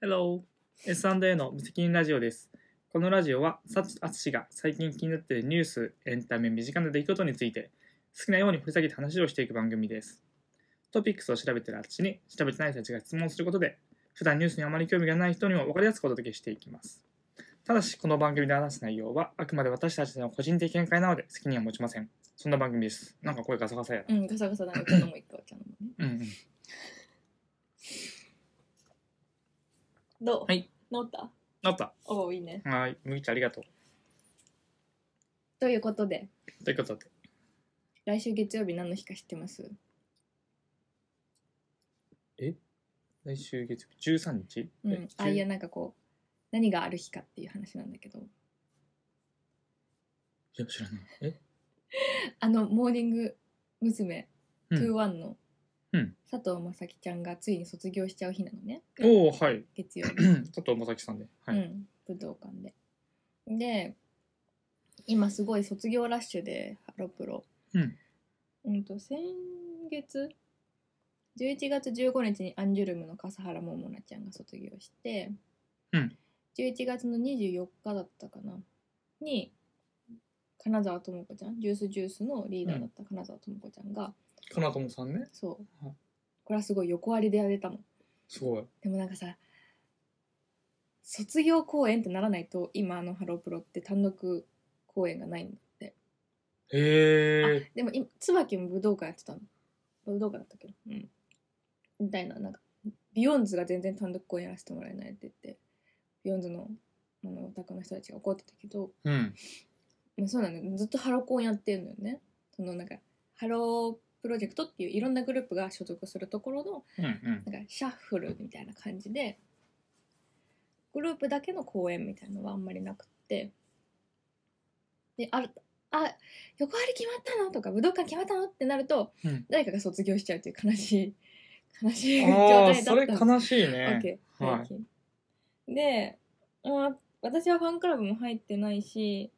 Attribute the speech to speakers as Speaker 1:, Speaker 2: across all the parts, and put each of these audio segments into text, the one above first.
Speaker 1: Hello! S&A の無責任ラジオです。このラジオは、サチアツシが最近気になっているニュース、エンタメ、身近な出来事について、好きなように掘り下げて話をしていく番組です。トピックスを調べているアツシに、調べてない人たちが質問することで、普段ニュースにあまり興味がない人にも分かりやすくお届けしていきます。ただし、この番組で話す内容は、あくまで私たちの個人的見解なので、責任は持ちません。そんな番組です。なんか声ガサガサやな。
Speaker 2: うん、ガサガサなんか今日のも一回お茶飲むね。
Speaker 1: うんうん。
Speaker 2: どう、
Speaker 1: はい、
Speaker 2: 乗った
Speaker 1: なった。
Speaker 2: おお、いいね。
Speaker 1: はい。麦茶ありがとう。
Speaker 2: ということで、
Speaker 1: ということで。
Speaker 2: 来週月曜日何の日か知ってます
Speaker 1: 来週月曜日13日、
Speaker 2: う
Speaker 1: え
Speaker 2: ん。あ、
Speaker 1: 10
Speaker 2: いや、なんかこう、何がある日かっていう話なんだけど、
Speaker 1: いや知らないえ
Speaker 2: あの、モーニング娘。
Speaker 1: うん
Speaker 2: 21の
Speaker 1: うん
Speaker 2: 佐藤正樹ちゃんがついに卒業しちゃう日なのね。
Speaker 1: おおはい
Speaker 2: 月曜日。
Speaker 1: 佐藤正樹さんではい、
Speaker 2: うん、武道館で。で今すごい卒業ラッシュでハロプロ。
Speaker 1: うん、
Speaker 2: うんと先月11月15日にアンジュルムの笠原桃奈ちゃんが卒業して、
Speaker 1: うん、
Speaker 2: 11月の24日だったかなに金沢智子ちゃんジュースジュースのリーダーだった金沢智子ちゃんが、
Speaker 1: 金友さんね
Speaker 2: そう
Speaker 1: はい
Speaker 2: これはすごい横割りでやれたもん。
Speaker 1: すごい
Speaker 2: でもなんかさ卒業公演ってならないと今あのハロープロって単独公演がないんだって、
Speaker 1: へえ
Speaker 2: あでも今椿も武道館やってたの武道館だったっけどうんみたいななんかビヨンズが全然単独公演やらせてもらえないって言ってビヨンズのあのオタクの人たちが怒ってたけど、
Speaker 1: うん
Speaker 2: まあ、そうなんだよずっとハロコンやってるのよねそのなんかハロープロジェクトっていういろんなグループが所属するところの
Speaker 1: うんうん
Speaker 2: なんかシャッフルみたいな感じでグループだけの公演みたいのはあんまりなくってであるあ横張り決まったのとか武道館決まったのってなると
Speaker 1: うん
Speaker 2: 誰かが卒業しちゃうという 悲しい悲しい状
Speaker 1: ああ
Speaker 2: 態だ
Speaker 1: そ
Speaker 2: っ
Speaker 1: れ
Speaker 2: たの
Speaker 1: 悲しい
Speaker 2: わ
Speaker 1: ね
Speaker 2: け
Speaker 1: はい
Speaker 2: 最近、で、まあ、私はファンクラブも入ってないし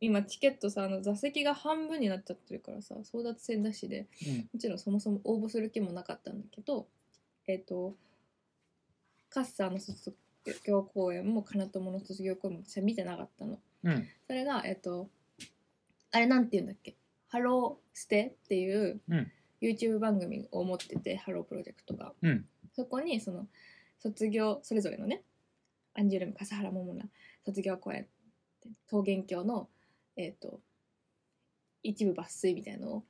Speaker 2: 今チケットさあの座席が半分になっちゃってるからさ争奪戦だしで
Speaker 1: うん
Speaker 2: もちろんそもそも応募する気もなかったんだけど、えっ、と、カッサーの卒業公演も、金友の卒業公演も私は見てなかったの。
Speaker 1: うん
Speaker 2: それが、えっ、と、あれなんて言うんだっけ、ハローステっていう
Speaker 1: うん
Speaker 2: YouTube 番組を持ってて、ハロープロジェクトが。
Speaker 1: うん
Speaker 2: そこに、その、卒業、それぞれのね、アンジュルム、笠原桃奈、卒業公演、桃源郷の、えっ、と、一部抜粋みたいなのを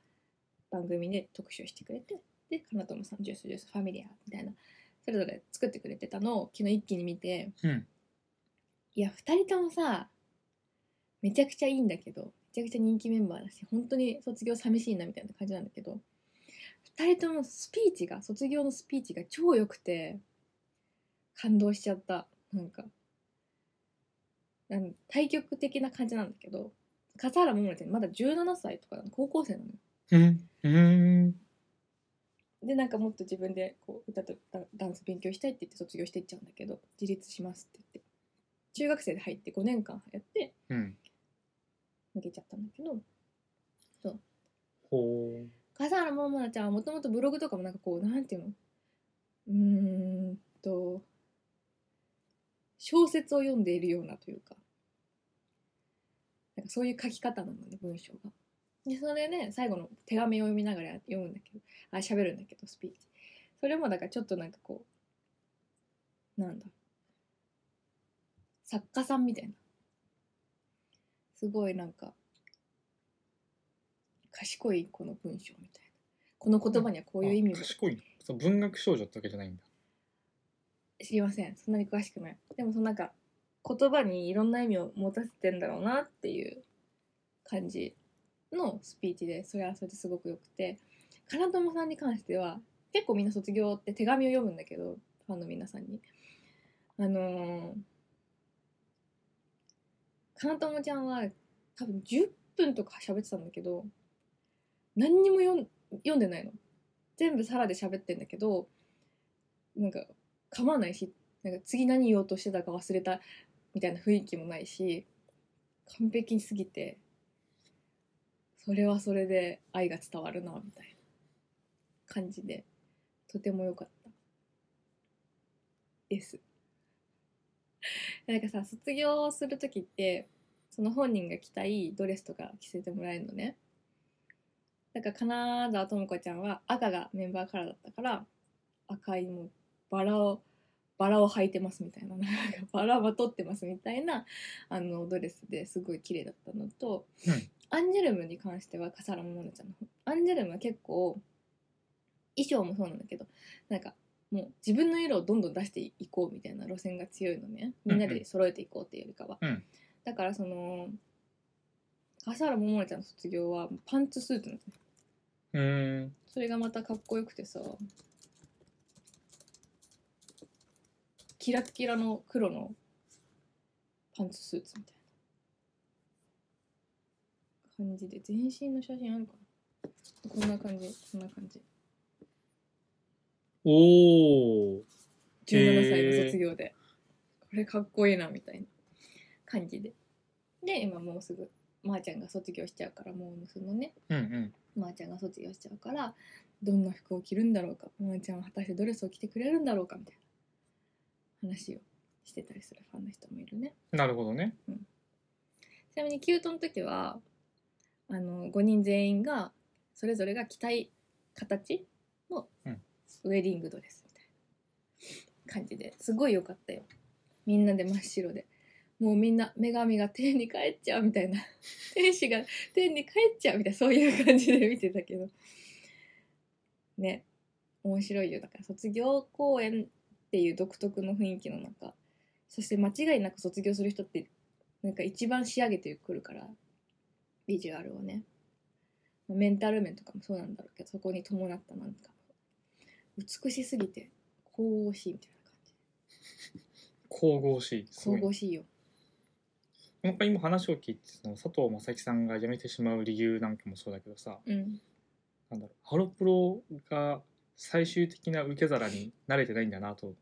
Speaker 2: 番組で特集してくれてで金友さんジュースジュースファミリアみたいなそれぞれ作ってくれてたのを昨日一気に見て
Speaker 1: うん
Speaker 2: いや2人ともさめちゃくちゃいいんだけどめちゃくちゃ人気メンバーだし本当に卒業寂しいなみたいな感じなんだけど2人ともスピーチが卒業のスピーチが超良くて感動しちゃったなんかなん対局的な感じなんだけど笠原桃奈ちゃんまだ17歳とかなの高校生なのよ
Speaker 1: うんうん
Speaker 2: でなんかもっと自分でこう歌とダダンス勉強したいって言って卒業していっちゃうんだけど自立しますって言って中学生で入って5年間やって
Speaker 1: うん
Speaker 2: 抜けちゃったんだけど
Speaker 1: ほ
Speaker 2: 笠原桃奈ちゃんはもともとブログとかもなんかこうなんていうのうーんと小説を読んでいるようなというかなんかそういう書き方なのね文章が。でそれで、最後の手紙を読みながら読むんだけどあ喋るんだけどスピーチそれもだからちょっとなんかこうなんだ作家さんみたいなすごいなんか賢いこの文章みたいなこの言葉には
Speaker 1: う
Speaker 2: こういう意味
Speaker 1: あ
Speaker 2: も
Speaker 1: 賢いそう文学少女ってわけじゃないんだ
Speaker 2: 知りませんそんなに詳しくないでもそのなんか言葉にいろんな意味を持たせてんだろうなっていう感じのスピーチでそれはそれですごくよくて金友さんに関しては結構みんな卒業って手紙を読むんだけどファンの皆さんにあのー、金友ちゃんは多分10分とか喋ってたんだけど何にも読ん読んでないの全部サラで喋ってんだけどなんか噛まないしなんか次何言おうとしてたか忘れたみたいな雰囲気もないし完璧すぎてそれはそれで愛が伝わるなみたいな感じでとても良かったです なんかさ卒業する時ってその本人が着たいドレスとか着せてもらえるのねなんか金沢智子ちゃんは赤がメンバーカラーだったから赤いもうバラをバラを履いてますみたいな なんかバラまとってますみたいなあのドレスですごい綺麗だったのと、
Speaker 1: うん
Speaker 2: アンジェルムに関しては笠原桃奈ちゃんの方アンジェルムは結構衣装もそうなんだけどなんかもう自分の色をどんどん出していこうみたいな路線が強いのねみんなで揃えていこうっていうよりかは、
Speaker 1: うん
Speaker 2: だからその笠原桃奈ちゃんの卒業はパンツスーツなの
Speaker 1: うーん。
Speaker 2: それがまたかっこよくてさキラッキラの黒のパンツスーツみたいな感じで全身の写真あるかなこんな感じこんな感じ
Speaker 1: おー。
Speaker 2: 17歳の卒業で、これかっこいいなみたいな感じでで今もうすぐまー、ちゃんが卒業しちゃうからもうそのね
Speaker 1: うんうん。
Speaker 2: まー、ちゃんが卒業しちゃうからどんな服を着るんだろうかまー、ちゃんは果たしてドレスを着てくれるんだろうかみたいな話をしてたりするファンの人もいるね
Speaker 1: なるほどね。
Speaker 2: ちなみにキュートの時はあの5人全員がそれぞれが着たい形の
Speaker 1: うん
Speaker 2: ウェディングドレスみたいな感じですごい良かったよみんなで真っ白でもうみんな女神が天に帰っちゃうみたいな 天使が天に帰っちゃうみたいなそういう感じで見てたけどね面白いよだから卒業公演っていう独特の雰囲気の中そして間違いなく卒業する人ってなんか一番仕上げてくるからビジュアルをねまあメンタル面とかもそうなんだろうけどそこに伴ったなんか美しすぎて神々しいみたいな感じ
Speaker 1: 神々しい。すご
Speaker 2: 神
Speaker 1: い。
Speaker 2: 々しいよ
Speaker 1: なんか今話を聞いて、その佐藤正樹さんが辞めてしまう理由なんかもそうだけどさ、
Speaker 2: うん
Speaker 1: なんだろう、ハロプロが最終的な受け皿に慣れてないんだなと、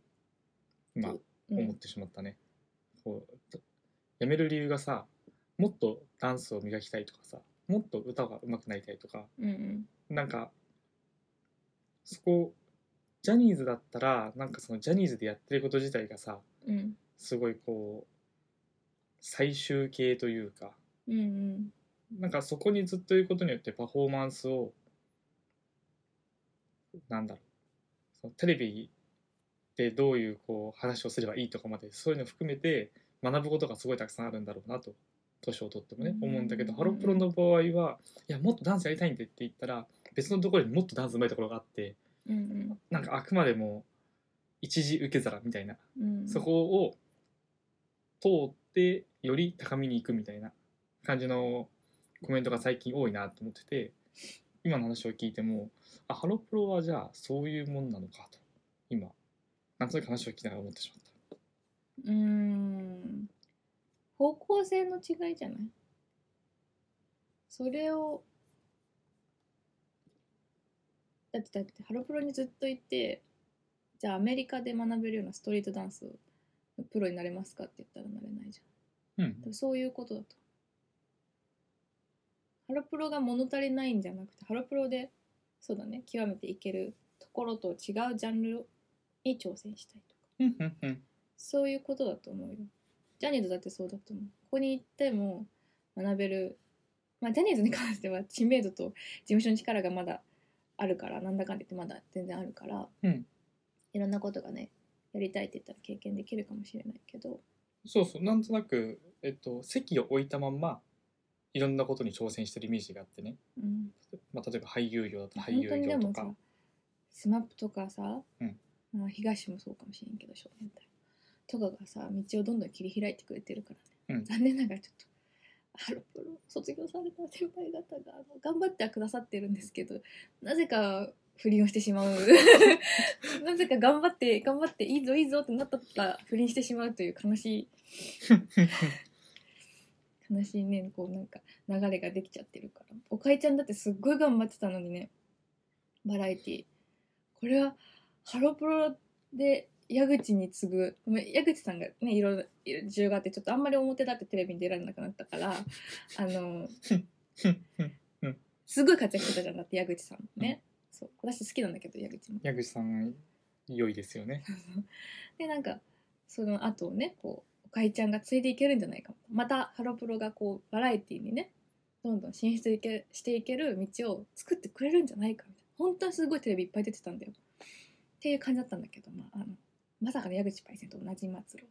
Speaker 1: 今、
Speaker 2: う
Speaker 1: 思っ
Speaker 2: ん
Speaker 1: てしまったね。こう辞める理由がさ、もっとダンスを磨きたいとかさ、もっと歌が上手くなりたいとか、
Speaker 2: うん
Speaker 1: なんか、そこ、ジャニーズだったら、なんかそのジャニーズでやってること自体がさ、
Speaker 2: うんうん
Speaker 1: すごいこう、最終形というか、
Speaker 2: うんうん
Speaker 1: なんかそこにずっといることによってパフォーマンスを、なんだろう、そのテレビでどういうこう話をすればいいとかまで、そういうの含めて学ぶことがすごいたくさんあるんだろうなと、年を取ってもね、思うんだけど、
Speaker 2: うん
Speaker 1: ハロプロの場合は、いや、もっとダンスやりたいんでって言ったら、別のところにもっとダンス上手いところがあって、
Speaker 2: うん
Speaker 1: なんかあくまでも一時受け皿みたいな、
Speaker 2: うん
Speaker 1: そこを通ってより高みに行くみたいな感じのコメントが最近多いなと思ってて今の話を聞いてもあハロプロはじゃあそういうもんなのかと今なんとなく話を聞きながら思ってしまっ
Speaker 2: うん方向性の違いじゃないそれをだってだってハロプロにずっといてじゃあアメリカで学べるようなストリートダンスのプロになれますかって言ったらなれないじ
Speaker 1: た、う
Speaker 2: ゃん
Speaker 1: ん
Speaker 2: でもそういうことだとハロプロが物足りないんじゃなくてハロプロでそうだね極めていけるところと違うジャンルに挑戦したいとか
Speaker 1: うんうんうん
Speaker 2: そういうことだと思うよ。ジャニーズだってそうだと思う。ここに行っても学べる、まあ、ジャニーズに関しては知名度と事務所の力がまだあるから、なんだかんだ言ってまだ全然あるから、
Speaker 1: うん
Speaker 2: いろんなことがね、やりたいって言ったら経験できるかもしれないけど、
Speaker 1: そうそうなんとなく、えっと、席を置いたまんまいろんなことに挑戦してるイメージがあってね、
Speaker 2: うん、
Speaker 1: まあ、例えば俳優業だったら俳
Speaker 2: 本
Speaker 1: 優
Speaker 2: 当にで
Speaker 1: 業と
Speaker 2: も
Speaker 1: か
Speaker 2: さ、スマップとかさ、
Speaker 1: うん
Speaker 2: まあ、東もそうかもしれんけど、少年隊とかがさ、道をどんどん切り開いてくれてるからね。
Speaker 1: うん
Speaker 2: 残念ながらちょっとハロプロ卒業された先輩方があの頑張ってはくださってるんですけどなぜか不倫をしてしまう なぜか頑張って頑張っていいぞいいぞってなったら不倫してしまうという悲 しい悲しいねこうなんか流れができちゃってるからおかえちゃんだってすっごい頑張ってたのにねバラエティこれはハロプロで矢口に次ぐごめん矢口さんがねいろいろいろ事情があってちょっとあんまり表立ってテレビに出られなくなった からあのすごい活躍してたじゃんだって矢口さんもね、そう私好きなんだけど矢口も
Speaker 1: 矢口さん良いですよね
Speaker 2: でなんかその後をねこうおかいちゃんがついていけるんじゃないかもまたハロプロがこうバラエティにねどんどん進出いけしていける道を作ってくれるんじゃないかみたいな本当にすごいテレビいっぱい出てたんだよっていう感じだったんだけど、まあ、あのまさかの矢口パイセンと同じ末路っ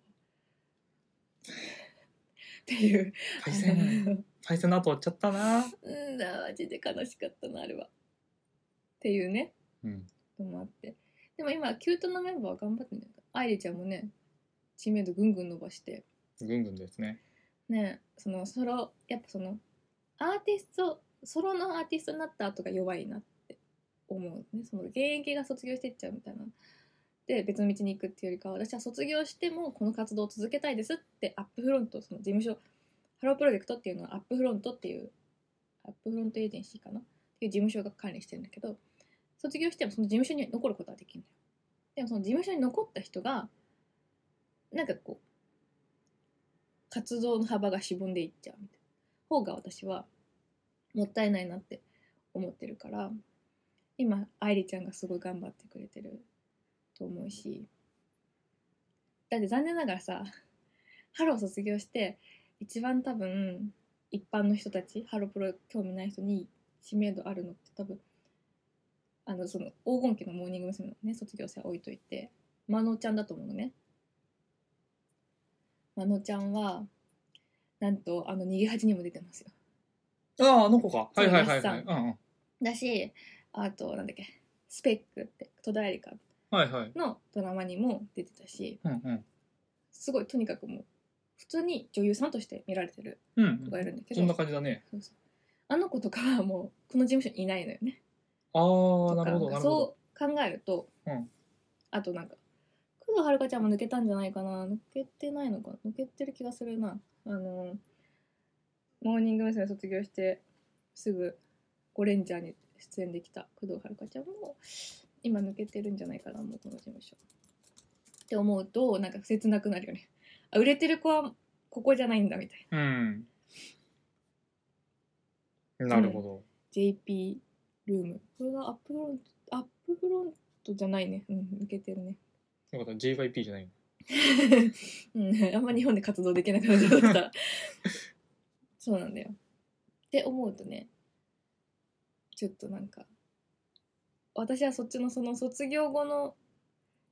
Speaker 2: ていう
Speaker 1: パイセン
Speaker 2: あの
Speaker 1: パイセンの後追っちゃったな
Speaker 2: うんだマジで悲しかったなあれはっていうね
Speaker 1: うん
Speaker 2: のもあってでも今キュートなメンバーは頑張ってんじゃないか愛梨ちゃんもね知名度ぐんぐん伸ばして
Speaker 1: ぐんぐんですね
Speaker 2: ねそのソロやっぱそのアーティストソロのアーティストになった後が弱いなって思うねその現役が卒業してっちゃうみたいなで別の道に行くっていうよりかは私は卒業してもこの活動を続けたいですってアップフロントその事務所ハロープロジェクトっていうのはアップフロントっていうアップフロントエージェンシーかなっていう事務所が管理してるんだけど卒業してもその事務所に残ることはできるんだよでもその事務所に残った人がなんかこう活動の幅がしぼんでいっちゃうみたいな方が私はもったいないなって思ってるから今愛梨ちゃんがすごい頑張ってくれてると思うしだって残念ながらさハロー卒業して一番多分一般の人たちハロプロ興味ない人に知名度あるのって多分あのその黄金期のモーニング娘。のね卒業生は置いといてまのちゃんだと思うのね。まのちゃんはなんとあの逃げ恥にも出てますよ。
Speaker 1: あああの子かは
Speaker 2: そう
Speaker 1: いはいはいは
Speaker 2: マ
Speaker 1: い
Speaker 2: ッ
Speaker 1: うんうん
Speaker 2: だしあとなんだっけスペックって戸田恵梨香
Speaker 1: はいはい
Speaker 2: のドラマにも出てたし
Speaker 1: うんうん
Speaker 2: すごいとにかくもう普通に女優さんとして見られてる
Speaker 1: う
Speaker 2: 子
Speaker 1: ん
Speaker 2: がいるんだけど、
Speaker 1: そんな感じだね
Speaker 2: そうそうあの子とかはもうこの事務所にいないのよね。
Speaker 1: ああなるほど
Speaker 2: とか
Speaker 1: なるほど
Speaker 2: そう考えると、
Speaker 1: うん
Speaker 2: あとなんか工藤遥ちゃんも抜けたんじゃないかな抜けてないのかな抜けてる気がするなあのモーニング娘。卒業してすぐ「ゴレンジャー」に出演できた工藤遥ちゃんも今抜けてるんじゃないかなもうこの事務所って思うとなんか切なくなるよねあ売れてる子はここじゃないんだみたいな
Speaker 1: うんなるほど
Speaker 2: JP ルームこれがアップフロントアップフロントじゃないねうん抜けてるね
Speaker 1: よかった JYP じゃない
Speaker 2: うん、あんま日本で活動できなくなっちゃった。そうなんだよ。って思うとね、ちょっとなんか、私はそっちのその卒業後の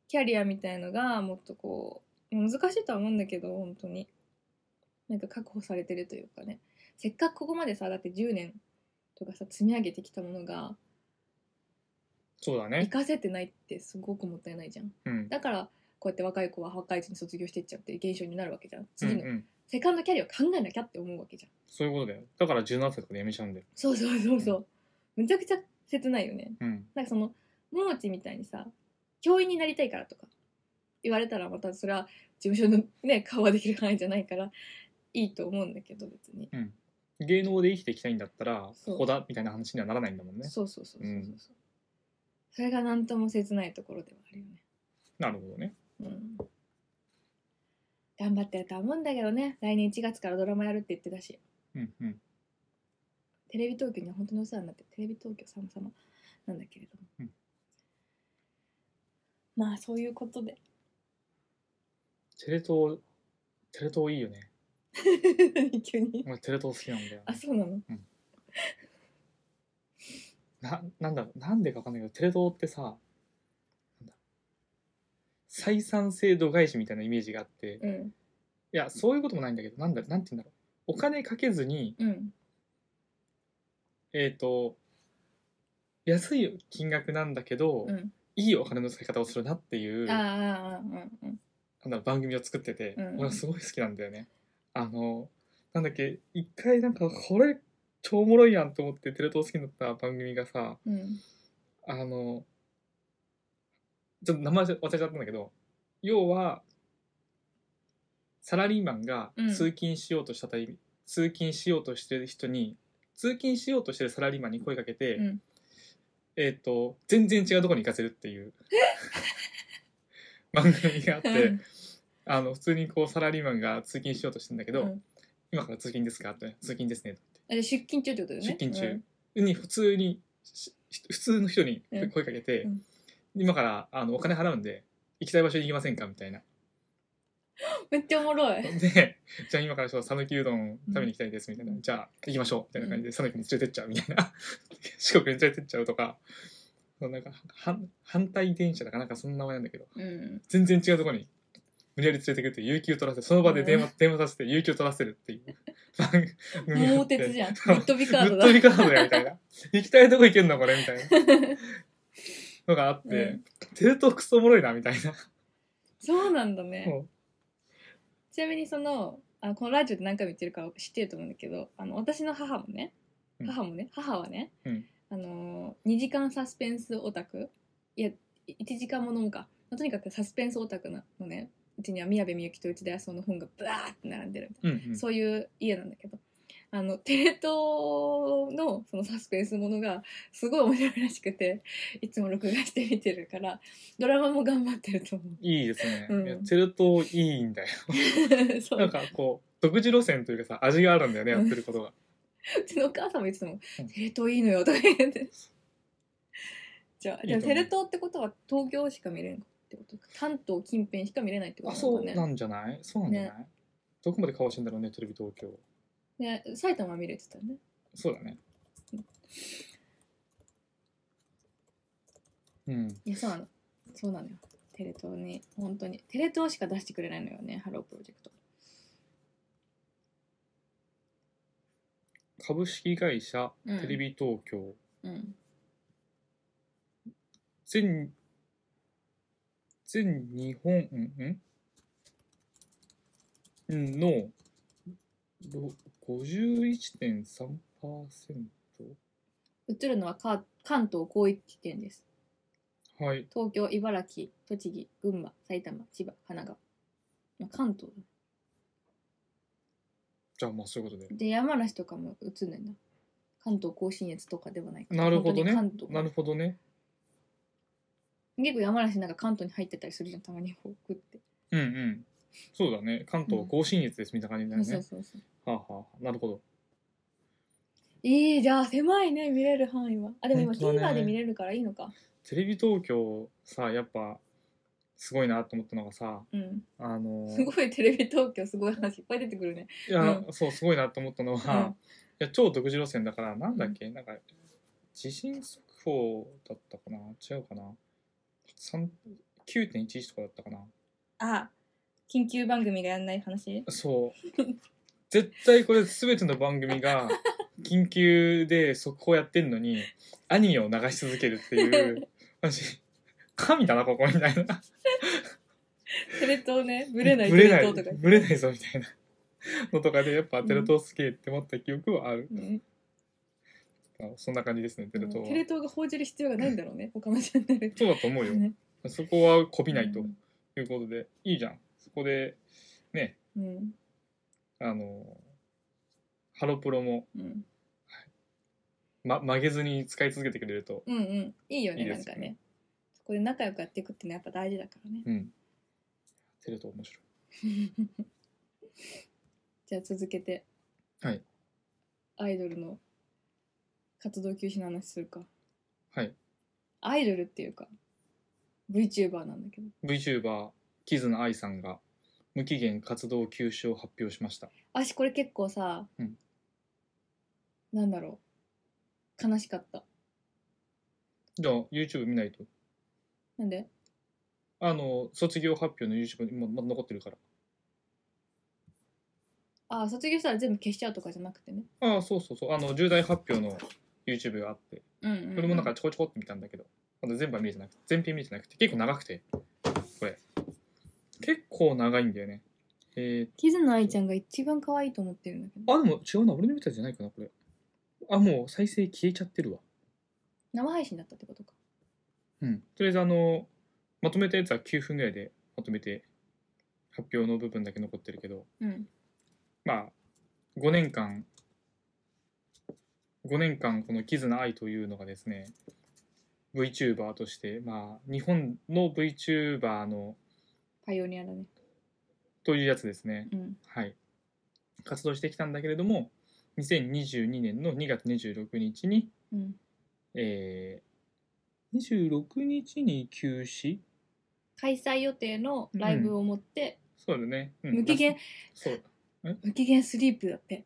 Speaker 2: キャリアみたいのがもっとこう、難しいとは思うんだけど、本当に。なんか確保されてるというかね。せっかくここまでさ、だって10年とかさ、積み上げてきたものが、
Speaker 1: そうだ
Speaker 2: 活
Speaker 1: ね
Speaker 2: かせてないってすごくもったいないじゃん。
Speaker 1: うん
Speaker 2: だから、こうやって若い子は若い人に卒業していっちゃうっていう現象になるわけじゃん。
Speaker 1: うん
Speaker 2: 次の
Speaker 1: うん
Speaker 2: セカンドキャリアを考えなきゃって思うわけじゃん。
Speaker 1: そういうことだよだから17歳とかでやめちゃうんだよ
Speaker 2: そうそうそうそう。むちゃくちゃ切ないよね。
Speaker 1: うん
Speaker 2: なんかその、ももちみたいにさ、教員になりたいからとか言われたらまたそれは事務所のね、 顔はできる範囲じゃないからいいと思うんだけど別に。
Speaker 1: 芸能で生きていきたいんだったら
Speaker 2: そう
Speaker 1: ここだみたいな話にはならないんだもんね
Speaker 2: そうそうそうそうそう。
Speaker 1: うん
Speaker 2: それがなんとも切ないところではあるよね。
Speaker 1: なるほどね
Speaker 2: うん。頑張ってるとは思うんだけどね。来年1月からドラマやるって言ってたし。
Speaker 1: うんうん
Speaker 2: テレビ東京には本当にお世話になってテレビ東京様々なんだけれども、
Speaker 1: うん
Speaker 2: まあそういうことで
Speaker 1: テレ東テレ東いいよね
Speaker 2: 急に
Speaker 1: 俺テレ東好きなんだよね、
Speaker 2: あそうなの
Speaker 1: ななんだろうなんでかわかんないけどテレ東ってさなんだ採算制度外視みたいなイメージがあって
Speaker 2: うん
Speaker 1: いやそういうこともないんだけどなんだなんて言うんだろうお金かけずに
Speaker 2: うん
Speaker 1: えっ、と安い金額なんだけど、
Speaker 2: うん
Speaker 1: いいお金の使い方をするなっていう
Speaker 2: あ
Speaker 1: な
Speaker 2: あ
Speaker 1: ん
Speaker 2: ああうんうん
Speaker 1: だろう番組を作ってて、
Speaker 2: うんうん
Speaker 1: 俺はすごい好きなんだよねあのなんだっけ一回なんかこれ超おもろいやんと思ってテレ東好きになった番組がさ
Speaker 2: うん
Speaker 1: あの、ちょっと名前忘れちゃったんだけど、要は、サラリーマンが
Speaker 2: うん
Speaker 1: 通勤しようとしたたり、通勤しようとしてる人に、通勤しようとしてるサラリーマンに声かけて、
Speaker 2: うん
Speaker 1: えっ、と、全然違うとこに行かせるっていう 番組があって、
Speaker 2: うん
Speaker 1: あの、普通にこうサラリーマンが通勤しようとしてんだけど、
Speaker 2: うん
Speaker 1: 今から通勤ですかって、通勤ですねって
Speaker 2: あれ出勤中ってことだよね
Speaker 1: 出勤中、に普通にし普通の人に
Speaker 2: うん
Speaker 1: 声かけて、
Speaker 2: うん
Speaker 1: 今からあのお金払うんで行きたい場所に行きませんかみたいな
Speaker 2: めっちゃおもろい。
Speaker 1: で、じゃあ今からちょっと讃岐うどん食べに行きたいですみたいな、
Speaker 2: うん
Speaker 1: じゃあ行きましょうみたいな感じで讃岐に連れてっちゃうみたいな、 四国に連れてっちゃうとか、そうなんか反反対電車だかなんかそんな名前なんだけど、
Speaker 2: うん。
Speaker 1: 全然違うところに無理やり連れてくるって、有給取らせて、その場で電話,、電話させて、有給取らせるって いう番組があ
Speaker 2: 桃
Speaker 1: って。
Speaker 2: 鉄じゃん。ぶっ飛びカード
Speaker 1: ぶっ
Speaker 2: だ。
Speaker 1: 飛びカードだよみたい な。行きたいとこ行けんのこれみたいなのがあって、
Speaker 2: う
Speaker 1: テルトクソおもろいなみたいな。
Speaker 2: そうなんだね。
Speaker 1: も
Speaker 2: ちなみにその、あこのラジオで何回も言ってるから知ってると思うんだけど、あの私の母もね、
Speaker 1: うん
Speaker 2: 母もね、母はね、
Speaker 1: うん
Speaker 2: あのー、2時間サスペンスオタク、いや、1時間も飲むか、まあとにかくサスペンスオタクなのね、うちには宮部みゆきと内田康夫の本がブワーって並んでるみたいな
Speaker 1: う、うんうん、
Speaker 2: そういう家なんだけど。あの、テレ東のそのサスペンスものがすごい面白いらしくて、いつも録画して見てるから、ドラマも頑張ってると思
Speaker 1: いいですね。
Speaker 2: うん
Speaker 1: いやテルトいいんだよ。
Speaker 2: う。そう
Speaker 1: なんかこう、独自路線というかさ、味があるんだよね、や
Speaker 2: うん
Speaker 1: ってることが。
Speaker 2: うちのお母さんもいつも
Speaker 1: うん
Speaker 2: 「テレ東いいのよ」とか言ってじゃあ
Speaker 1: いいと思
Speaker 2: で
Speaker 1: う
Speaker 2: もテレ東ってことは東京しか見れないってことか関東近辺しか見れないってこ
Speaker 1: あ、
Speaker 2: と
Speaker 1: そう
Speaker 2: なんだ
Speaker 1: な
Speaker 2: ね
Speaker 1: んじゃないそうなんじゃない、どこまで顔してんだろうね、テレビ東京。
Speaker 2: ね埼玉は見れてたよね
Speaker 1: そうだね。うん。
Speaker 2: いやそうなのそうなのよテレ東に本当にテレ東しか出してくれないのよねハロープロジェクト
Speaker 1: 株式会社、
Speaker 2: うん
Speaker 1: テレビ東京。
Speaker 2: うん
Speaker 1: 全全日本んんのろ51.3%
Speaker 2: 映るのはか関東広域圏です
Speaker 1: はい
Speaker 2: 東京茨城栃木群馬埼玉千葉神奈川まあ関東
Speaker 1: じゃあまあそういうことで
Speaker 2: で山梨とかも映んないんだ関東甲信越とかではないから
Speaker 1: なるほどね
Speaker 2: 本当に関東
Speaker 1: なるほどね
Speaker 2: 結構山梨なんか関東に入ってたりするじゃんたまにこうグって、
Speaker 1: うんうんそうだね関東甲信越ですみたいな感じだよ
Speaker 2: そう
Speaker 1: ね、
Speaker 2: そうそう
Speaker 1: はあはあなるほど
Speaker 2: えー、じゃあ狭いね見れる範囲はあでも今
Speaker 1: 本当だね
Speaker 2: TVer で見れるからいいのか、
Speaker 1: テレビ東京さやっぱすごいなと思ったのがさ
Speaker 2: うん
Speaker 1: あの
Speaker 2: すごいテレビ東京すごい話いっぱい出てくるね
Speaker 1: いや、
Speaker 2: う
Speaker 1: そうすごいなと思ったのは、
Speaker 2: うん
Speaker 1: いや超独自路線だからなんだっけ、なんか地震速報だったかな違うかな3 9.11とかだったかな
Speaker 2: あ緊急番組がやんない話
Speaker 1: そう 絶対これ全ての番組が緊急で速報やってんのにアニメを流し続けるっていうマジ神だなここみたいな
Speaker 2: テレ東ねブレない
Speaker 1: ブ
Speaker 2: テ
Speaker 1: レ
Speaker 2: レ
Speaker 1: ない
Speaker 2: 東とか言って
Speaker 1: ブレないぞみたいなのとかでやっぱテレ東すげえって思った記憶はある、
Speaker 2: うん
Speaker 1: あそんな感じですねテレ東は
Speaker 2: テレ東が報じる必要がないんだろうね他のチャンネル
Speaker 1: そうだと思うよ。
Speaker 2: ね
Speaker 1: そこはこびないと
Speaker 2: うん
Speaker 1: いうことで、いいじゃん。そこで、ね、
Speaker 2: うん
Speaker 1: あの、ハロプロも、
Speaker 2: うん
Speaker 1: ま、曲げずに使い続けてくれると、
Speaker 2: うんうんいいよね
Speaker 1: いいで
Speaker 2: な
Speaker 1: す
Speaker 2: ん
Speaker 1: よね
Speaker 2: かねそこで仲良くやっていくってねやっぱ大事だからね
Speaker 1: うん。テレ東面白い。
Speaker 2: じゃあ続けて
Speaker 1: はい
Speaker 2: アイドルの活動休止の話するか
Speaker 1: はい。
Speaker 2: アイドルっていうか VTuber なんだけど
Speaker 1: VTuber、キズナアイさんが、無期限活動休止を発表しました。
Speaker 2: 私これ結構さ、
Speaker 1: うん
Speaker 2: なんだろう悲しかった
Speaker 1: じゃあ、YouTube 見ないと。
Speaker 2: なんで
Speaker 1: あの、卒業発表の YouTube もまだ残ってるから。
Speaker 2: ああ卒業したら全部消しちゃうとかじゃなくてね
Speaker 1: ああ、そうそうそう。あの、重大発表の YouTube があって、
Speaker 2: うんうん、
Speaker 1: これもなんかちょこちょこって見たんだけど、まだ全部は見れてなくて、全編見れてなくて、結構長くて、これ。結構長いんだよね。え
Speaker 2: キズナアイちゃんが一番可愛いと思ってるんだけ
Speaker 1: ー、
Speaker 2: ど
Speaker 1: あ、でも違うな、俺の見たじゃないかな、これ。あ、もう再生消えちゃってるわ。
Speaker 2: 生配信だったってことか
Speaker 1: うん。とりあえず、あの、まとめたやつは9分ぐらいでまとめて、発表の部分だけ残ってるけど、
Speaker 2: うん
Speaker 1: まあ、5年間、5年間、このキズナ愛というのがですね、VTuber として、まあ、日本の VTuber の
Speaker 2: パイオニアだね
Speaker 1: というやつですね。
Speaker 2: うん
Speaker 1: はい、活動してきたんだけれども2022年の2月26日に、
Speaker 2: うん
Speaker 1: えー、26日に休止
Speaker 2: 開催予定のライブをもって、
Speaker 1: そうだね、うん
Speaker 2: 無期限
Speaker 1: そう
Speaker 2: 無期限スリープだって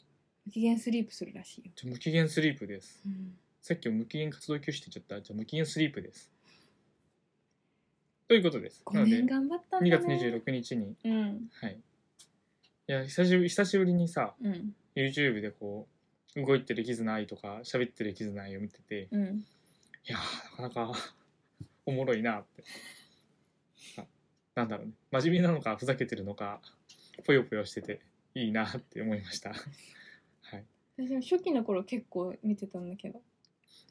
Speaker 2: 無期限スリープするらしいよ、
Speaker 1: じゃあ無期限スリープですさっきも無期限活動休止って言っちゃったじゃあ無期限スリープですということですなの
Speaker 2: 5
Speaker 1: で
Speaker 2: 年頑張ったんだ
Speaker 1: 2
Speaker 2: ね
Speaker 1: 月26日に
Speaker 2: うん
Speaker 1: はいいや久しぶり久しぶりにさ
Speaker 2: うん
Speaker 1: YouTube でこう動いてるキズナアイとか喋ってるキズナアイを見てて
Speaker 2: うん
Speaker 1: いやーなかなか おもろいなってあなんだろうね真面目なのかふざけてるのかぽよぽよしてていいなって思いましたはい、
Speaker 2: 私も初期の頃結構見てたんだけど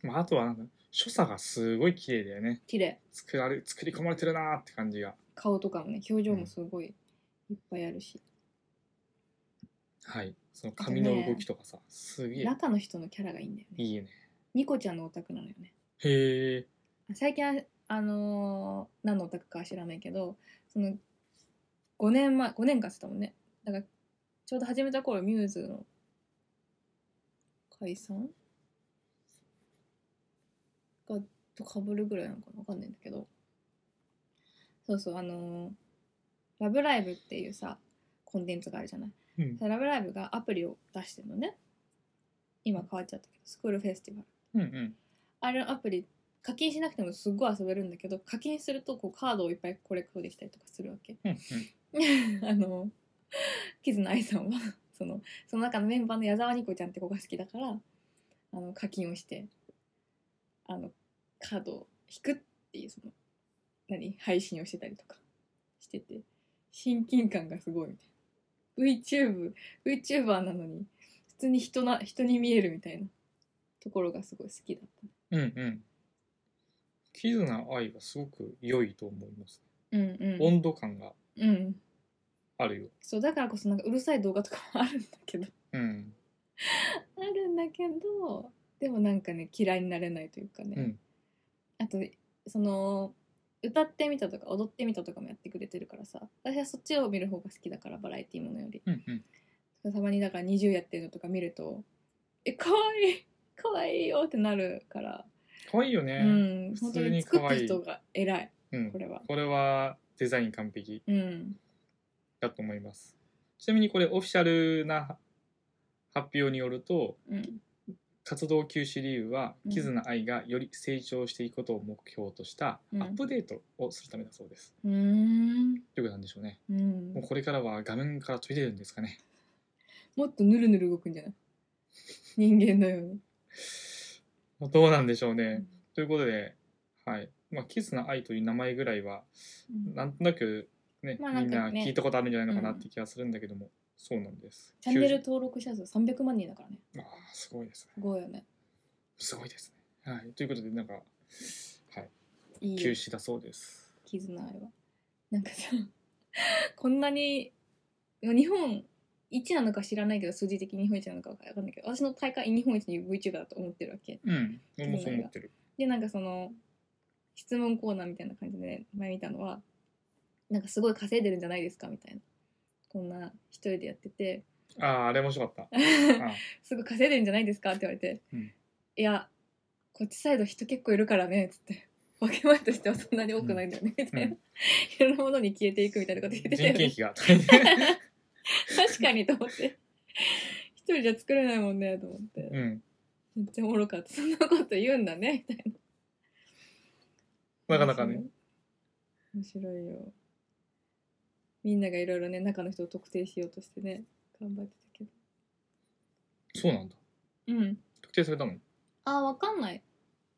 Speaker 1: まあ、あとはなんか所作がすごい綺麗だよね
Speaker 2: 綺麗
Speaker 1: 作られ作り込まれてるなーって感じが
Speaker 2: 顔とかもね表情もすごいいっぱいあるし、
Speaker 1: はいその髪の動きとかさすげえ
Speaker 2: 中の人のキャラがいいんだよね
Speaker 1: いいよね
Speaker 2: ニコちゃんのオタクなのよね
Speaker 1: へえ
Speaker 2: 最近はあのー何のオタクかは知らないけどその5年前5年間してたもんねだからちょうど始めた頃ミューズの解散がとかぶるぐらいなのかなわかんないんだけどそうそうあのーラブライブ!」っていうさコンテンツがあるじゃない
Speaker 1: うん
Speaker 2: ラブライブ!」がアプリを出してるのね今変わっちゃったけどスクールフェスティバル
Speaker 1: うんうん
Speaker 2: あれのアプリ課金しなくてもすっごい遊べるんだけど課金するとこうカードをいっぱいコレクトできたりとかするわけ
Speaker 1: うんうん
Speaker 2: あのキズの愛さんは そのその中のメンバーの矢沢ニコちゃんって子が好きだからあの課金をしてあのカードを引くっていうその何配信をしてたりとかしてて親近感がすごいみたいな VTubeVTuber なのに普通に人な人に見えるみたいなところがすごい好きだっ
Speaker 1: う
Speaker 2: た
Speaker 1: んうん。キズナ愛はすごく良いと思います。
Speaker 2: うんうん、
Speaker 1: 温度感が
Speaker 2: うん、
Speaker 1: あるよ。
Speaker 2: そうだからこそなんかうるさい動画とかもあるんだけど
Speaker 1: うん。
Speaker 2: あるんだけどでもなんかね嫌いになれないというかね、
Speaker 1: うん
Speaker 2: あとその歌ってみたとか踊ってみたとかもやってくれてるからさ私はそっちを見る方が好きだからバラエティーものより
Speaker 1: うんうん。
Speaker 2: たまにだから20やってるのとか見るとえ可愛い可愛いよってなるから、
Speaker 1: 可愛いよね。
Speaker 2: うん
Speaker 1: 普
Speaker 2: 本当
Speaker 1: 通
Speaker 2: に
Speaker 1: に
Speaker 2: 作
Speaker 1: 可
Speaker 2: っ
Speaker 1: 愛い
Speaker 2: た人が偉い
Speaker 1: うん。
Speaker 2: これは
Speaker 1: これはデザイン完璧
Speaker 2: うん
Speaker 1: だと思います。ちなみにこれオフィシャルな発表によると、
Speaker 2: うん
Speaker 1: 活動休止理由は、
Speaker 2: うん
Speaker 1: キズナ愛がより成長していくことを目標とした
Speaker 2: うん
Speaker 1: アップデートをするためだそうです。
Speaker 2: うーん
Speaker 1: ということなんでしょうね。
Speaker 2: うん
Speaker 1: もうこれからは画面から飛び出るんですかね。
Speaker 2: もっとぬるぬる動くんじゃない人間のように
Speaker 1: どうなんでしょうね。
Speaker 2: うん
Speaker 1: ということで、はい。まあ、キズな愛という名前ぐらいは、
Speaker 2: うん
Speaker 1: なんとなくね、
Speaker 2: まあなん
Speaker 1: みん
Speaker 2: か
Speaker 1: な
Speaker 2: ね
Speaker 1: 聞いたことあるんじゃないのかなって気がするんだけども、そうなんです。
Speaker 2: チャンネル登録者数300万人だからね。
Speaker 1: 90ああ、すごいですね。
Speaker 2: すごいよね。
Speaker 1: すごいですね。はい。ということで、なんか、はい。
Speaker 2: いい
Speaker 1: 休
Speaker 2: よ。
Speaker 1: 止だそうです。
Speaker 2: 絆愛は。なんかさ、 こんなに、日本一なのか知らないけど、数字的に日本一なのかわかんないけど、私の大会日本一に VTuber だと思ってるわけ。
Speaker 1: うん。俺もそう思ってる。
Speaker 2: で、なんかその、質問コーナーみたいな感じで前見たのは、なんかすごい稼いでるんじゃないですかみたいな。こんな一人でやってて、
Speaker 1: ああ、あれ面白かった。あ
Speaker 2: すごい稼いでるんじゃないですかって言われて、
Speaker 1: うん
Speaker 2: いやこっちサイド人結構いるからねっつって ポケモンとしてはそんなに多くないんだよねみたいな、
Speaker 1: うん
Speaker 2: いろんなものに消えていくみたいなこと言っ
Speaker 1: 人
Speaker 2: てた
Speaker 1: 件
Speaker 2: よね
Speaker 1: 費が高いね。
Speaker 2: 確かにと思って一人じゃ作れないもんねと思って、
Speaker 1: うん。
Speaker 2: めっちゃおもろかったそんなこと言うんだねみたい
Speaker 1: な
Speaker 2: な
Speaker 1: かなかね。
Speaker 2: 面白いよみんながいろいろね中の人を特定しようとしてね頑張ってたけど
Speaker 1: そうなんだ。
Speaker 2: うん
Speaker 1: 特定されたの
Speaker 2: あーわかんない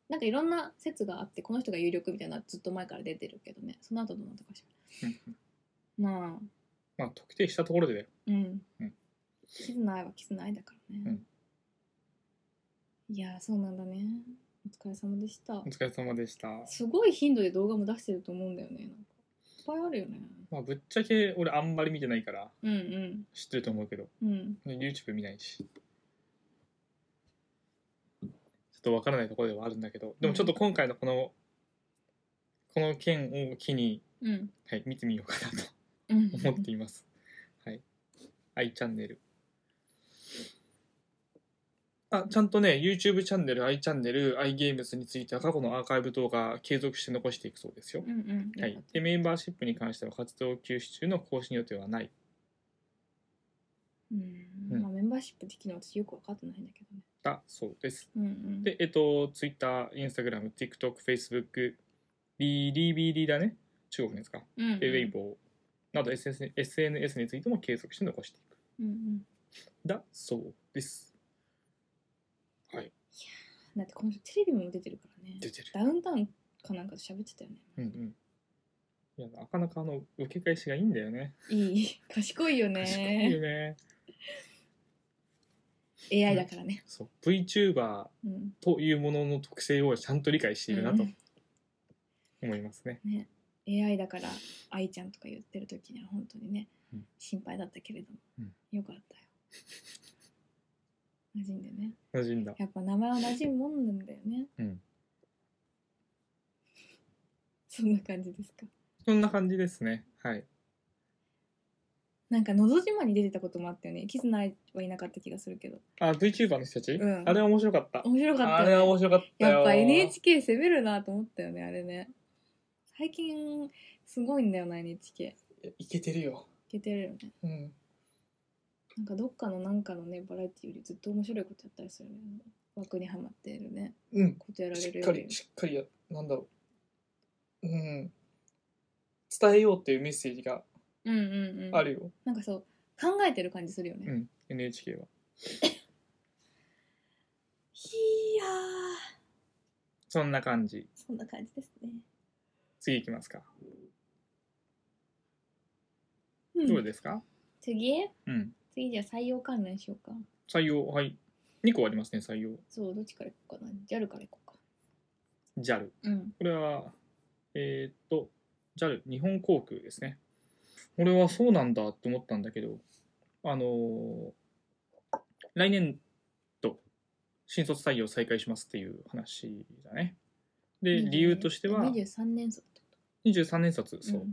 Speaker 2: なんかいろんな説があってこの人が有力みたいなのはずっと前から出てるけどねその後どうなったかし
Speaker 1: うん
Speaker 2: らまあ
Speaker 1: まあ、特定したところでだよ。
Speaker 2: うん、
Speaker 1: うん
Speaker 2: キズナ愛はキズナ愛だからね、いやーそうなんだねお疲れ様でした
Speaker 1: お疲れ様でした。
Speaker 2: すごい頻度で動画も出してると思うんだよねなんかいっぱいあるよね
Speaker 1: まあ、ぶっちゃけ俺あんまり見てないから
Speaker 2: うん
Speaker 1: 知ってると思うけど、
Speaker 2: うんうん、
Speaker 1: YouTube 見ないしちょっとわからないところではあるんだけどでもちょっと今回のこのこの件を機に、
Speaker 2: うん
Speaker 1: はい、見てみようかなと
Speaker 2: うん、
Speaker 1: 思っていますはい愛チャンネルあちゃんとね YouTube チャンネル i チャンネル iGames については過去のアーカイブ動画継続して残していくそうですよ
Speaker 2: う、んうん。
Speaker 1: は
Speaker 2: よか
Speaker 1: い
Speaker 2: っ、た
Speaker 1: でメンバーシップに関しては活動休止中の更新予定はない
Speaker 2: うん。まあメンバーシップできるの私よく分かってないんだけどね。
Speaker 1: だそうです
Speaker 2: うんうん。
Speaker 1: で、えっと、Twitter、Instagram、TikTok、Facebook、DDBD だね。中国のやつか。
Speaker 2: うんうん、
Speaker 1: で、Weibo など SNS SNS についても継続して残していく。
Speaker 2: うんうん。
Speaker 1: だそうです。
Speaker 2: だってこの人テレビも出てるからね。
Speaker 1: 出てる。
Speaker 2: ダウンタウンかなんかで喋ってたよね。
Speaker 1: うんうん。いや、なかなかあの、受け返しがいいんだよね。
Speaker 2: いい。賢いよ
Speaker 1: 賢いよ
Speaker 2: ね。
Speaker 1: ね。
Speaker 2: AI だからね。
Speaker 1: そう。VTuber
Speaker 2: うん。
Speaker 1: というものの特性をちゃんと理解しているなと
Speaker 2: うん
Speaker 1: 思いますね。
Speaker 2: ね。AI だから愛ちゃんとか言ってる時には本当にね、
Speaker 1: うん
Speaker 2: 心配だったけれども、
Speaker 1: うん
Speaker 2: よかったよ。馴染んでね。
Speaker 1: 馴染んだ。
Speaker 2: やっぱ名前は馴染むもんなんだよね。
Speaker 1: うん。
Speaker 2: そんな感じですか。
Speaker 1: そんな感じですね。はい。
Speaker 2: なんか「のど自慢」に出てたこともあったよねキズナはいなかった気がするけど
Speaker 1: あ、VTuber の人たち、
Speaker 2: うん
Speaker 1: あれ面白かった。
Speaker 2: 面白か
Speaker 1: あ
Speaker 2: っ
Speaker 1: れ
Speaker 2: た
Speaker 1: は
Speaker 2: よ
Speaker 1: 面白かったよ。
Speaker 2: やっぱ NHK 攻めるなと思ったよねあれね最近すごいんだよな NHK い
Speaker 1: いけてるよ。
Speaker 2: けてるよね
Speaker 1: うん。
Speaker 2: なんかどっかのなんかのねバラエティよりずっと面白いことやったりするよね枠にはまってるね
Speaker 1: うん。
Speaker 2: ことやら
Speaker 1: し
Speaker 2: れる
Speaker 1: っか
Speaker 2: より
Speaker 1: り、しっかりや、なんだろう。うん。伝えようっていうメッセージが
Speaker 2: うんうんうん
Speaker 1: あるよ。
Speaker 2: なんかそう考えてる感じするよね、
Speaker 1: うん。NHK は。
Speaker 2: ひいやー
Speaker 1: そんな感じ。
Speaker 2: そんな感じですね、
Speaker 1: 次いきますか。
Speaker 2: うん
Speaker 1: どうですか
Speaker 2: 次
Speaker 1: うん。
Speaker 2: 次じゃあ採用関連しようか
Speaker 1: 採用、はい。2個ありますね、採用。
Speaker 2: そうどっちからいこうかな JAL からいこうか
Speaker 1: JAL。
Speaker 2: うん
Speaker 1: これは、えーっと、JAL、日本航空ですね。俺はそうなんだって思ったんだけど、あのー来年度、新卒採用再開しますっていう話だね。で、理由としては、
Speaker 2: 23年卒ってこ
Speaker 1: 23年卒、
Speaker 2: と
Speaker 1: そう。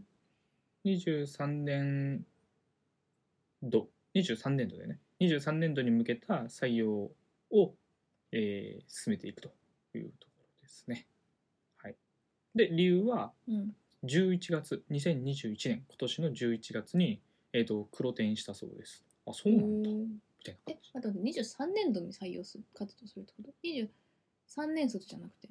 Speaker 1: 23年度、23年度だよね。23年度に向けた採用を、えー進めていくというところですね。はい。で、理由は、
Speaker 2: うん
Speaker 1: 11月2021年今年の11月に、えー、と黒点したそうですあそうなんだみ
Speaker 2: へー
Speaker 1: たいな
Speaker 2: え待って待って23年度に採用する活動するってこと23年卒じゃなくて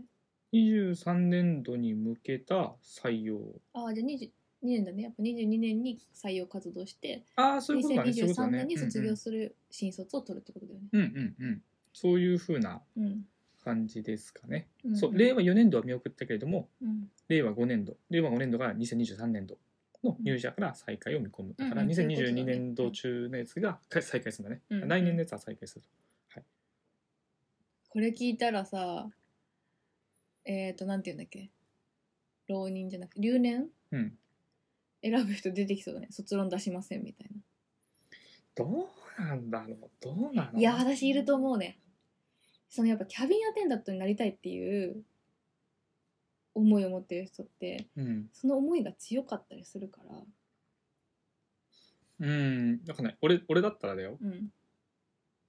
Speaker 1: 23年度に向けた採用
Speaker 2: ああじゃあ22年だねやっぱ22年に採用活動して
Speaker 1: ああそういうことだねそういうこと
Speaker 2: 2023
Speaker 1: だね
Speaker 2: 年に卒業する新卒を取るってことだよね
Speaker 1: うんうんうんうんうんそういうふうな
Speaker 2: うん、
Speaker 1: 感じですかね、
Speaker 2: ん
Speaker 1: そう令和4年度は見送ったけれども
Speaker 2: うん
Speaker 1: 令和5年度令和5年度が2023年度の入社から再開を見込む、だから
Speaker 2: うんうんそういうことだね
Speaker 1: 2022年度中のやつがか再開するんだね、
Speaker 2: うんうん
Speaker 1: 来年のやつは再開する
Speaker 2: これ聞いたらさえっ、ー、となんて言うんだっけ浪人じゃなくて留年
Speaker 1: とうん
Speaker 2: 選ぶ人出てきそうだね卒論出しませんみたい
Speaker 1: どうなんだろうどうなの
Speaker 2: ないや私いると思うねそのやっぱキャビンアテンダントになりたいっていう思いを持ってる人って
Speaker 1: うん
Speaker 2: その思いが強かったりするから
Speaker 1: うん、だからね、俺、俺だったらだよ、
Speaker 2: うん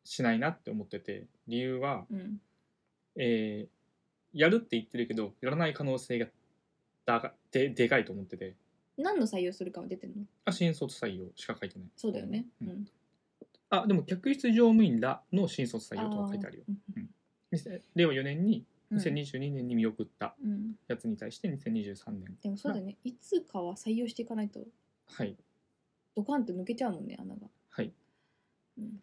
Speaker 1: しないなって思ってて、理由は、
Speaker 2: うん
Speaker 1: えーやるって言ってるけど、やらない可能性が、だが、で、でかいと思ってて、
Speaker 2: 何の採用するかは出てるの
Speaker 1: あ、新卒採用しか書いてない。
Speaker 2: そうだよねうん、
Speaker 1: あ、でも、客室乗務員らの新卒採用とは書いてあるよ。
Speaker 2: うん
Speaker 1: 2000令和4年に、
Speaker 2: うん
Speaker 1: 2022年に見送った
Speaker 2: うん
Speaker 1: やつに対して、2023年。
Speaker 2: でもそうだよねいつかは採用していかないと
Speaker 1: はい。
Speaker 2: ドカンと抜けちゃうもんね穴が
Speaker 1: はい。
Speaker 2: うん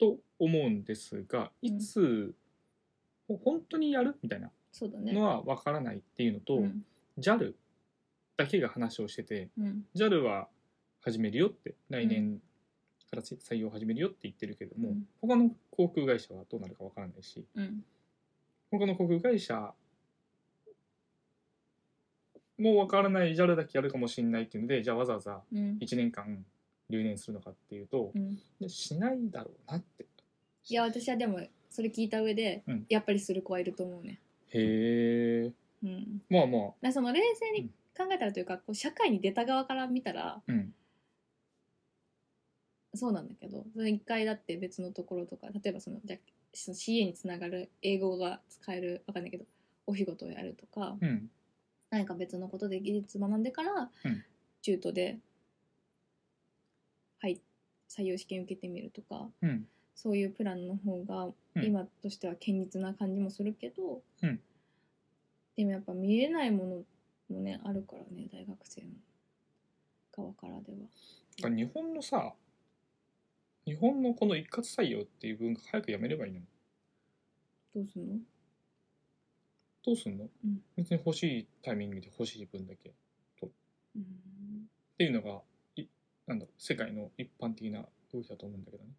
Speaker 1: と思うんですが、いつ、ほ本当にやるみたいな
Speaker 2: そうだね
Speaker 1: のは分からないっていうのと、
Speaker 2: うん
Speaker 1: JAL だけが話をしてて
Speaker 2: うん、
Speaker 1: JAL は始めるよって来年からし採用始めるよって言ってるけども、
Speaker 2: うん
Speaker 1: 他の航空会社はどうなるかわからないし
Speaker 2: うん、
Speaker 1: 他の航空会社もわからない JAL だけやるかもしれないっていうのでじゃあわざわざ
Speaker 2: うん、
Speaker 1: 1年間留年するのかっていうと、
Speaker 2: うん
Speaker 1: でしないだろうなって
Speaker 2: いや私はでもそれ聞いた上で、
Speaker 1: うん
Speaker 2: やっぱりする子はいると思うね
Speaker 1: へえ
Speaker 2: うん
Speaker 1: まあま
Speaker 2: だからその冷静に考えたらというか、こう社会に出た側から見たら
Speaker 1: あうん
Speaker 2: そうなんだけどそれ一回だって別のところとか例えばそのじゃあその CA につながる英語が使えるわかんないけどお仕事をやるとか、
Speaker 1: うん
Speaker 2: 何か別のことで技術学んでから、
Speaker 1: うん
Speaker 2: 中途ではい採用試験受けてみるとか
Speaker 1: うん
Speaker 2: そういうプランの方が
Speaker 1: うん
Speaker 2: 今としては堅実な感じもするけど、
Speaker 1: うん
Speaker 2: でもやっぱ見えないものもねあるからね大学生の側からでは。
Speaker 1: だから日本のさ日本のこの一括採用っていう文化早くやめればいいのに
Speaker 2: どうするの
Speaker 1: どうすんの、
Speaker 2: うん
Speaker 1: 別に欲しいタイミングで欲しい分だけっ
Speaker 2: うん
Speaker 1: ていうのがいなんだろう世界の一般的な動きだと思うんだけどね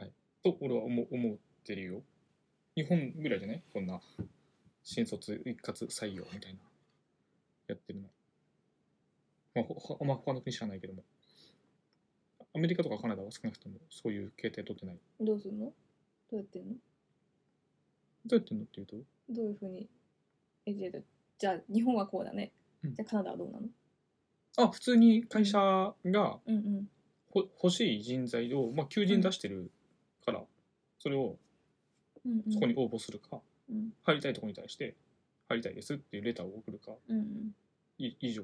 Speaker 1: はいと俺は思う思ってるよ日本ぐらいじゃないこんな新卒一括採用みたいなやってるのまあほほあんま他の国知らないけどもアメリカとかカナダは少なくともそういう形態取ってない
Speaker 2: どうするのどうやってんの
Speaker 1: どうやってんのっていうと
Speaker 2: どういうふうにえじゃあじゃあ日本はこうだね、
Speaker 1: うん
Speaker 2: じゃあカナダはどうなの
Speaker 1: あ普通に会社が
Speaker 2: うんうん
Speaker 1: ほ欲しい人材を、まあ、求人出してるから、それを
Speaker 2: うんうん
Speaker 1: そこに応募するか、
Speaker 2: うん
Speaker 1: 入りたいところに対して入りたいですっていうレターを送るか
Speaker 2: うんうん
Speaker 1: い以上、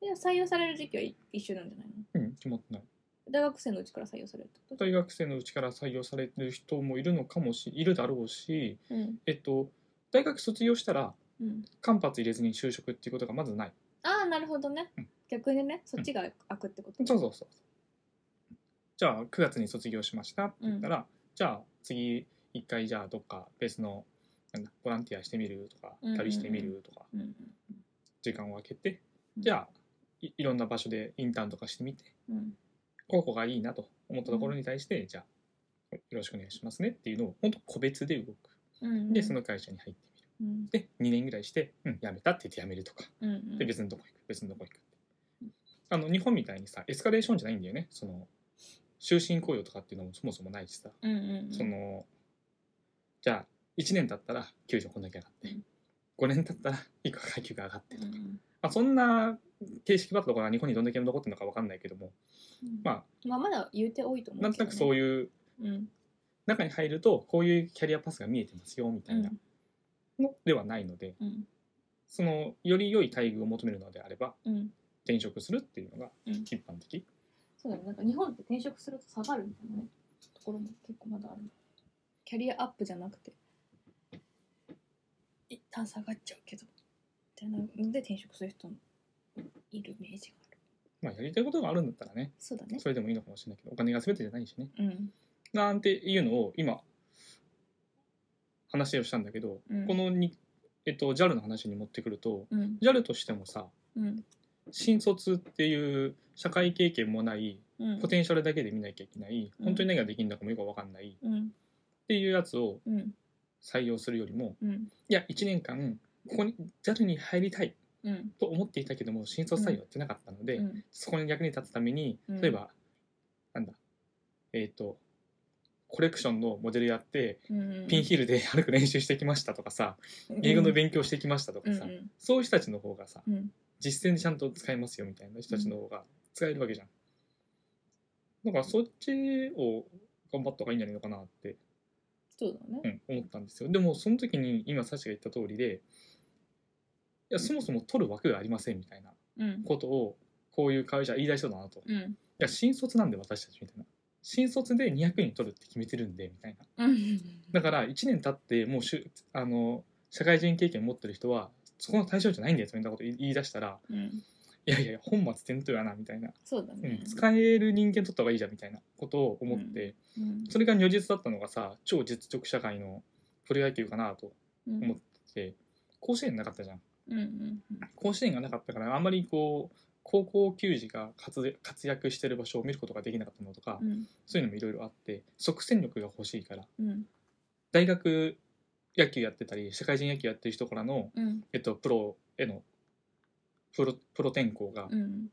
Speaker 2: で採用される時期はい一緒なんじゃない
Speaker 1: う
Speaker 2: の
Speaker 1: ん、決まってない
Speaker 2: 大学生のうちから採用されるってこと
Speaker 1: 大学生のうちから採用されてる人もいるのかもしいるだろうし、
Speaker 2: うん
Speaker 1: えっと、大学卒業したら
Speaker 2: うん
Speaker 1: 間髪入れずに就職っていうことがまずない
Speaker 2: ああなるほどね、
Speaker 1: うん
Speaker 2: 逆にねそっちが開くってこと、
Speaker 1: そうそうそうじゃあ9月に卒業しましたって言ったら、じゃあ次一回じゃあどっか別のなんだボランティアしてみるとか
Speaker 2: うんうんうん
Speaker 1: 旅してみるとか
Speaker 2: うんうん
Speaker 1: 時間を空けて
Speaker 2: うん
Speaker 1: じゃあいいろんな場所でインターンとかしてみて
Speaker 2: うん
Speaker 1: この子がいいなと思ったところに対して、じゃあよろしくお願いしますねっていうのを本当個別で動く
Speaker 2: うん
Speaker 1: でその会社に入って
Speaker 2: うん
Speaker 1: みるで2年ぐらいして、うん、辞めたって言って辞めるとか
Speaker 2: うんうん
Speaker 1: で別のとこ行く別のとこ行くあの日本みたいにさエスカレーションじゃないんだよねその終身雇用とかっていうのもそもそもないしさ、
Speaker 2: うんうん
Speaker 1: そのじゃあ1年経ったら給料こんだけ上がって、
Speaker 2: うん
Speaker 1: 5年経ったらいくら階級が上がって
Speaker 2: う
Speaker 1: と
Speaker 2: んう
Speaker 1: か、
Speaker 2: ん
Speaker 1: まあ、そんな形式ばったところは日本にどんだけ残ってるのか分かんないけども
Speaker 2: うん
Speaker 1: ま
Speaker 2: まあまだ言うて多いと思う
Speaker 1: なんとなくそう
Speaker 2: いう
Speaker 1: いう
Speaker 2: うん
Speaker 1: 中に入るとこういうキャリアパスが見えてますよみた
Speaker 2: う
Speaker 1: い
Speaker 2: ん
Speaker 1: なのではないので、
Speaker 2: うん
Speaker 1: そのより良い待遇を求めるのであれば
Speaker 2: うん
Speaker 1: 転職するっていうのが
Speaker 2: うん
Speaker 1: 一般的、
Speaker 2: そうだね、なんか日本って転職すると下がるみたいなね、ところも結構まだある。キャリアアップじゃなくて、一旦下がっちゃうけど、みたいなので転職する人もいるイメージがある。
Speaker 1: まあ、やりたいことがあるんだったらね
Speaker 2: そうだね。
Speaker 1: それでもいいのかもしれないけどお金が全てじゃないしね
Speaker 2: うん。
Speaker 1: なんていうのを今話をしたんだけど、
Speaker 2: うん
Speaker 1: このに、えっと、JAL の話に持ってくると
Speaker 2: うん。
Speaker 1: JAL としてもさ
Speaker 2: うん。
Speaker 1: 新卒っていう社会経験もない
Speaker 2: うん。
Speaker 1: ポテンシャルだけで見なきゃいけない、
Speaker 2: うん
Speaker 1: 本当に何ができるのかもよく分かんない
Speaker 2: うん。
Speaker 1: っていうやつを
Speaker 2: うん。
Speaker 1: 採用するよりも
Speaker 2: うん。
Speaker 1: いや1年間ここに JAL に入りたい
Speaker 2: うん。
Speaker 1: と思っていたけども新卒採用やってなかったので、
Speaker 2: うん。
Speaker 1: そこに役に立つために
Speaker 2: うん
Speaker 1: 例えば、なんだえっ、とコレクションのモデルやって
Speaker 2: うん。
Speaker 1: ピンヒールで歩く練習してきましたとかさ英語の勉強してきましたとか
Speaker 2: うん。
Speaker 1: さ、そういう人たちの方がさ
Speaker 2: うん。うん。
Speaker 1: 実践でちゃんと使えますよみたいな人たちの方が使えるわけじゃん。だからそっちを頑張った方がいいんじゃないのかなって、
Speaker 2: そうだ
Speaker 1: う
Speaker 2: ね。
Speaker 1: ん、思ったんですよ。でもその時に今サチが言った通りでいやそもそも取る枠がありませんみたいな
Speaker 2: うん。
Speaker 1: ことをこういう会社言い出しそうだなと。
Speaker 2: うん。
Speaker 1: いや新卒なんで私たちみたいな新卒で200人取るって決めてるんでみたいな
Speaker 2: うん。
Speaker 1: だから1年経ってもうしゅあの社会人経験持ってる人はそこの対象じゃないんだよみたいなこと言い出したら
Speaker 2: うん。
Speaker 1: いやいやいや本末転倒やなみたいな、
Speaker 2: そうだ
Speaker 1: う
Speaker 2: ね
Speaker 1: ん、。使える人間取った方がいいじゃんみたいなことを思って、
Speaker 2: うん。
Speaker 1: それが如実だったのがさ超実直社会のプロ野球かなと
Speaker 2: うん。
Speaker 1: 思って甲子園なかったじゃん
Speaker 2: うん。うん。
Speaker 1: 甲子園がなかったからあんまりこう高校球児が活活躍してる場所を見ることができなかったのとか、
Speaker 2: うん。
Speaker 1: そういうのもいろいろあって即戦力が欲しいから
Speaker 2: うん。
Speaker 1: 大学野球やってたり社会人野球やってる人からの、
Speaker 2: うん。
Speaker 1: えっと、プロへのプロプロ転向が
Speaker 2: うん。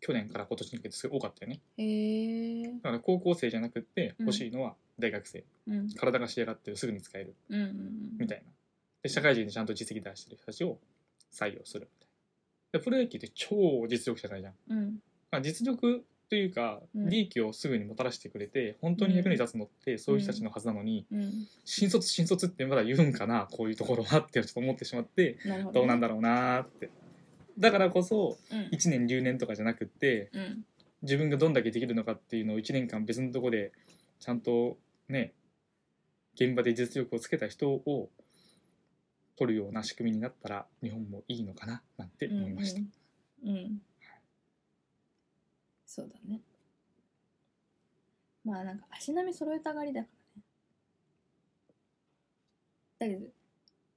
Speaker 1: 去年から今年にかけてすごい多かったよね
Speaker 2: へえ。
Speaker 1: だから高校生じゃなくって
Speaker 2: うん
Speaker 1: 欲しいのは大学生、
Speaker 2: うん。
Speaker 1: 体が仕上がってるすぐに使える
Speaker 2: うんうんう
Speaker 1: み
Speaker 2: ん
Speaker 1: たいなで社会人でちゃんと実績出してる人たちを採用するみたいなでプロ野球って超実力社会じゃん、
Speaker 2: うん
Speaker 1: まあ、実力というか、
Speaker 2: うん
Speaker 1: 利益をすぐにもたらしてくれて本当に役に立つのってそういう人たちのはずなのに、
Speaker 2: うん、
Speaker 1: 新卒新卒ってまだ言うんかなこういうところはってちょっと思ってしまって
Speaker 2: なるほど、ね、
Speaker 1: どうなんだろうなーってだからこそ
Speaker 2: うん
Speaker 1: 1年留年とかじゃなくって
Speaker 2: うん
Speaker 1: 自分がどんだけできるのかっていうのを1年間別のとこでちゃんとね現場で実力をつけた人を取るような仕組みになったら日本もいいのかななんて思いました。
Speaker 2: うんうんうんそうだねまあなんか足並み揃えたがりだからねだけど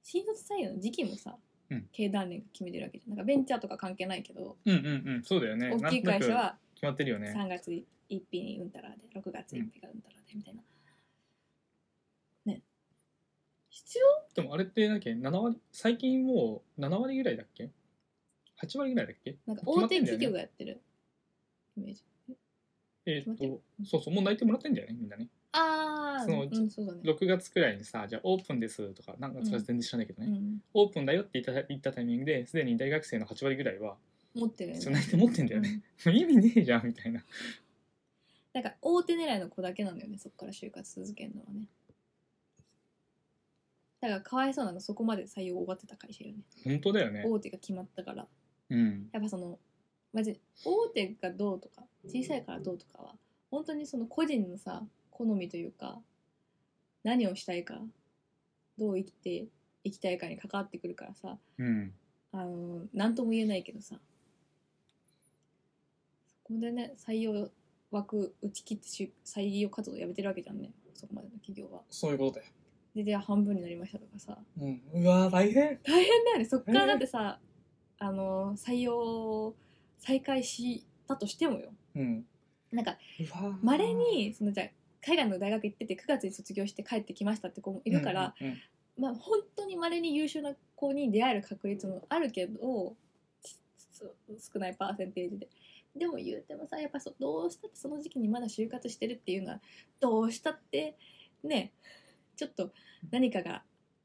Speaker 2: 新卒採用の時期もさ、
Speaker 1: うん
Speaker 2: 経団連が決めてるわけじゃんなんかベンチャーとか関係ないけど、
Speaker 1: うんうんうん、そうだよね。
Speaker 2: 大きい
Speaker 1: なん
Speaker 2: 会
Speaker 1: と
Speaker 2: 社
Speaker 1: なく
Speaker 2: は
Speaker 1: 決まってるよね。
Speaker 2: 3月1日にうんたらで6月1日がうんたらでみたいな、ね必要
Speaker 1: でもあれってなんだっけ7割最近もう7割ぐらいだっけ8割ぐらいだっけ
Speaker 2: なんか
Speaker 1: 決ま
Speaker 2: 大
Speaker 1: って
Speaker 2: 手
Speaker 1: んだよね
Speaker 2: 企業がやってるイメージ
Speaker 1: えーっ
Speaker 2: 決ま
Speaker 1: とそうそうもう泣いてもらってんだよねみんなね
Speaker 2: ああ
Speaker 1: その
Speaker 2: うん、そうだね
Speaker 1: 6月くらいにさじゃあオープンですとかなんかそれは全然知らないけどね、
Speaker 2: うん
Speaker 1: オープンだよって言った言ったタイミングですでに大学生の8割ぐらいは
Speaker 2: 持ってるよ
Speaker 1: それ
Speaker 2: ね
Speaker 1: 泣いて持ってんだよね、意味ねえじゃんみたいな
Speaker 2: うん、なんか大手狙いの子だけなんだよねそこから就活続けるのはねだからかわいそうなのそこまで採用終わってた会社よね
Speaker 1: 本当だよね
Speaker 2: 大手が決まったから
Speaker 1: うん
Speaker 2: やっぱそのマジ大手がどうとか小さいからどうとかは本当にその個人のさ好みというか何をしたいかどう生きていきたいかに関わってくるからさ
Speaker 1: うん
Speaker 2: あの何とも言えないけどさそこでね採用枠打ち切ってし採用活動やめてるわけじゃんねそこまでの企業は
Speaker 1: そういうことだよ、
Speaker 2: でで半分になりましたとかさ
Speaker 1: うん、うわー大変
Speaker 2: 大変だよねそっからだってさ、あの採用再開したとしてもよ
Speaker 1: うん
Speaker 2: なんか
Speaker 1: うわー
Speaker 2: まれにそのじゃあ海外の大学行ってて9月に卒業して帰ってきましたって子もいるから、、
Speaker 1: うんうんうん
Speaker 2: まあ本当にまれに優秀な子に出会える確率もあるけどちそう少ないパーセンテージででも言うてもさやっぱそどうしたってその時期にまだ就活してるっていうのはどうしたってねちょっと何かが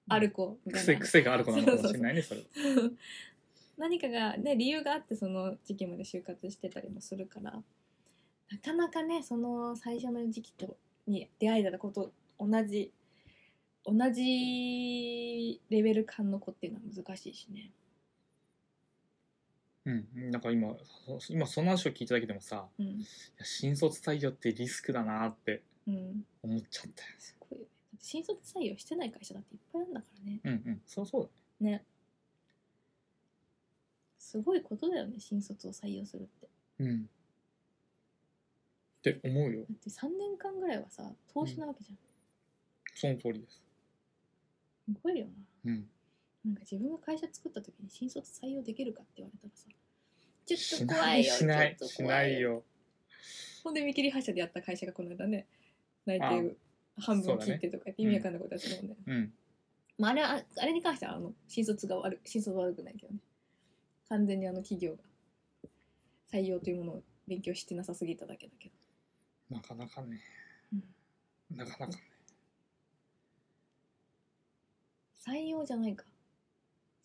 Speaker 2: ある子みたいな、
Speaker 1: 癖癖がある子なのかもしれないねそれ
Speaker 2: 何かがね理由があってその時期まで就活してたりもするからなかなかねその最初の時期とに出会えたこと同じ同じレベル感の子っていうのは難しいしね。
Speaker 1: うんなんか今そ今その話を聞いただけでもさ
Speaker 2: うん、
Speaker 1: いや新卒採用ってリスクだなって
Speaker 2: うん、
Speaker 1: 思っちゃったよ
Speaker 2: すごいよねだって新卒採用してない会社だっていっぱいあるんだからね。
Speaker 1: うんうんそうそう
Speaker 2: ね。すごいことだよね新卒を採用するって。
Speaker 1: だねうんって思うよ
Speaker 2: だって3年間ぐらいはさ投資なわけじゃん。
Speaker 1: その通りです
Speaker 2: すごいよな。
Speaker 1: うん
Speaker 2: なんか自分が会社作った時に新卒採用できるかって言われたらさちょっと怖いよ
Speaker 1: しない
Speaker 2: ちょっと
Speaker 1: し
Speaker 2: 怖
Speaker 1: ないいよ
Speaker 2: ほんで見切り発車でやった会社がこの間ね内定半分切ってとかや
Speaker 1: そうだね
Speaker 2: って意味わかんないことやってたもんね、
Speaker 1: うん
Speaker 2: まあ、あれはあれに関してはあの新卒が悪新卒は悪くないけどね完全にあの企業が採用というものを勉強してなさすぎただけだけど
Speaker 1: なかなかねなかなかね
Speaker 2: 採用じゃないか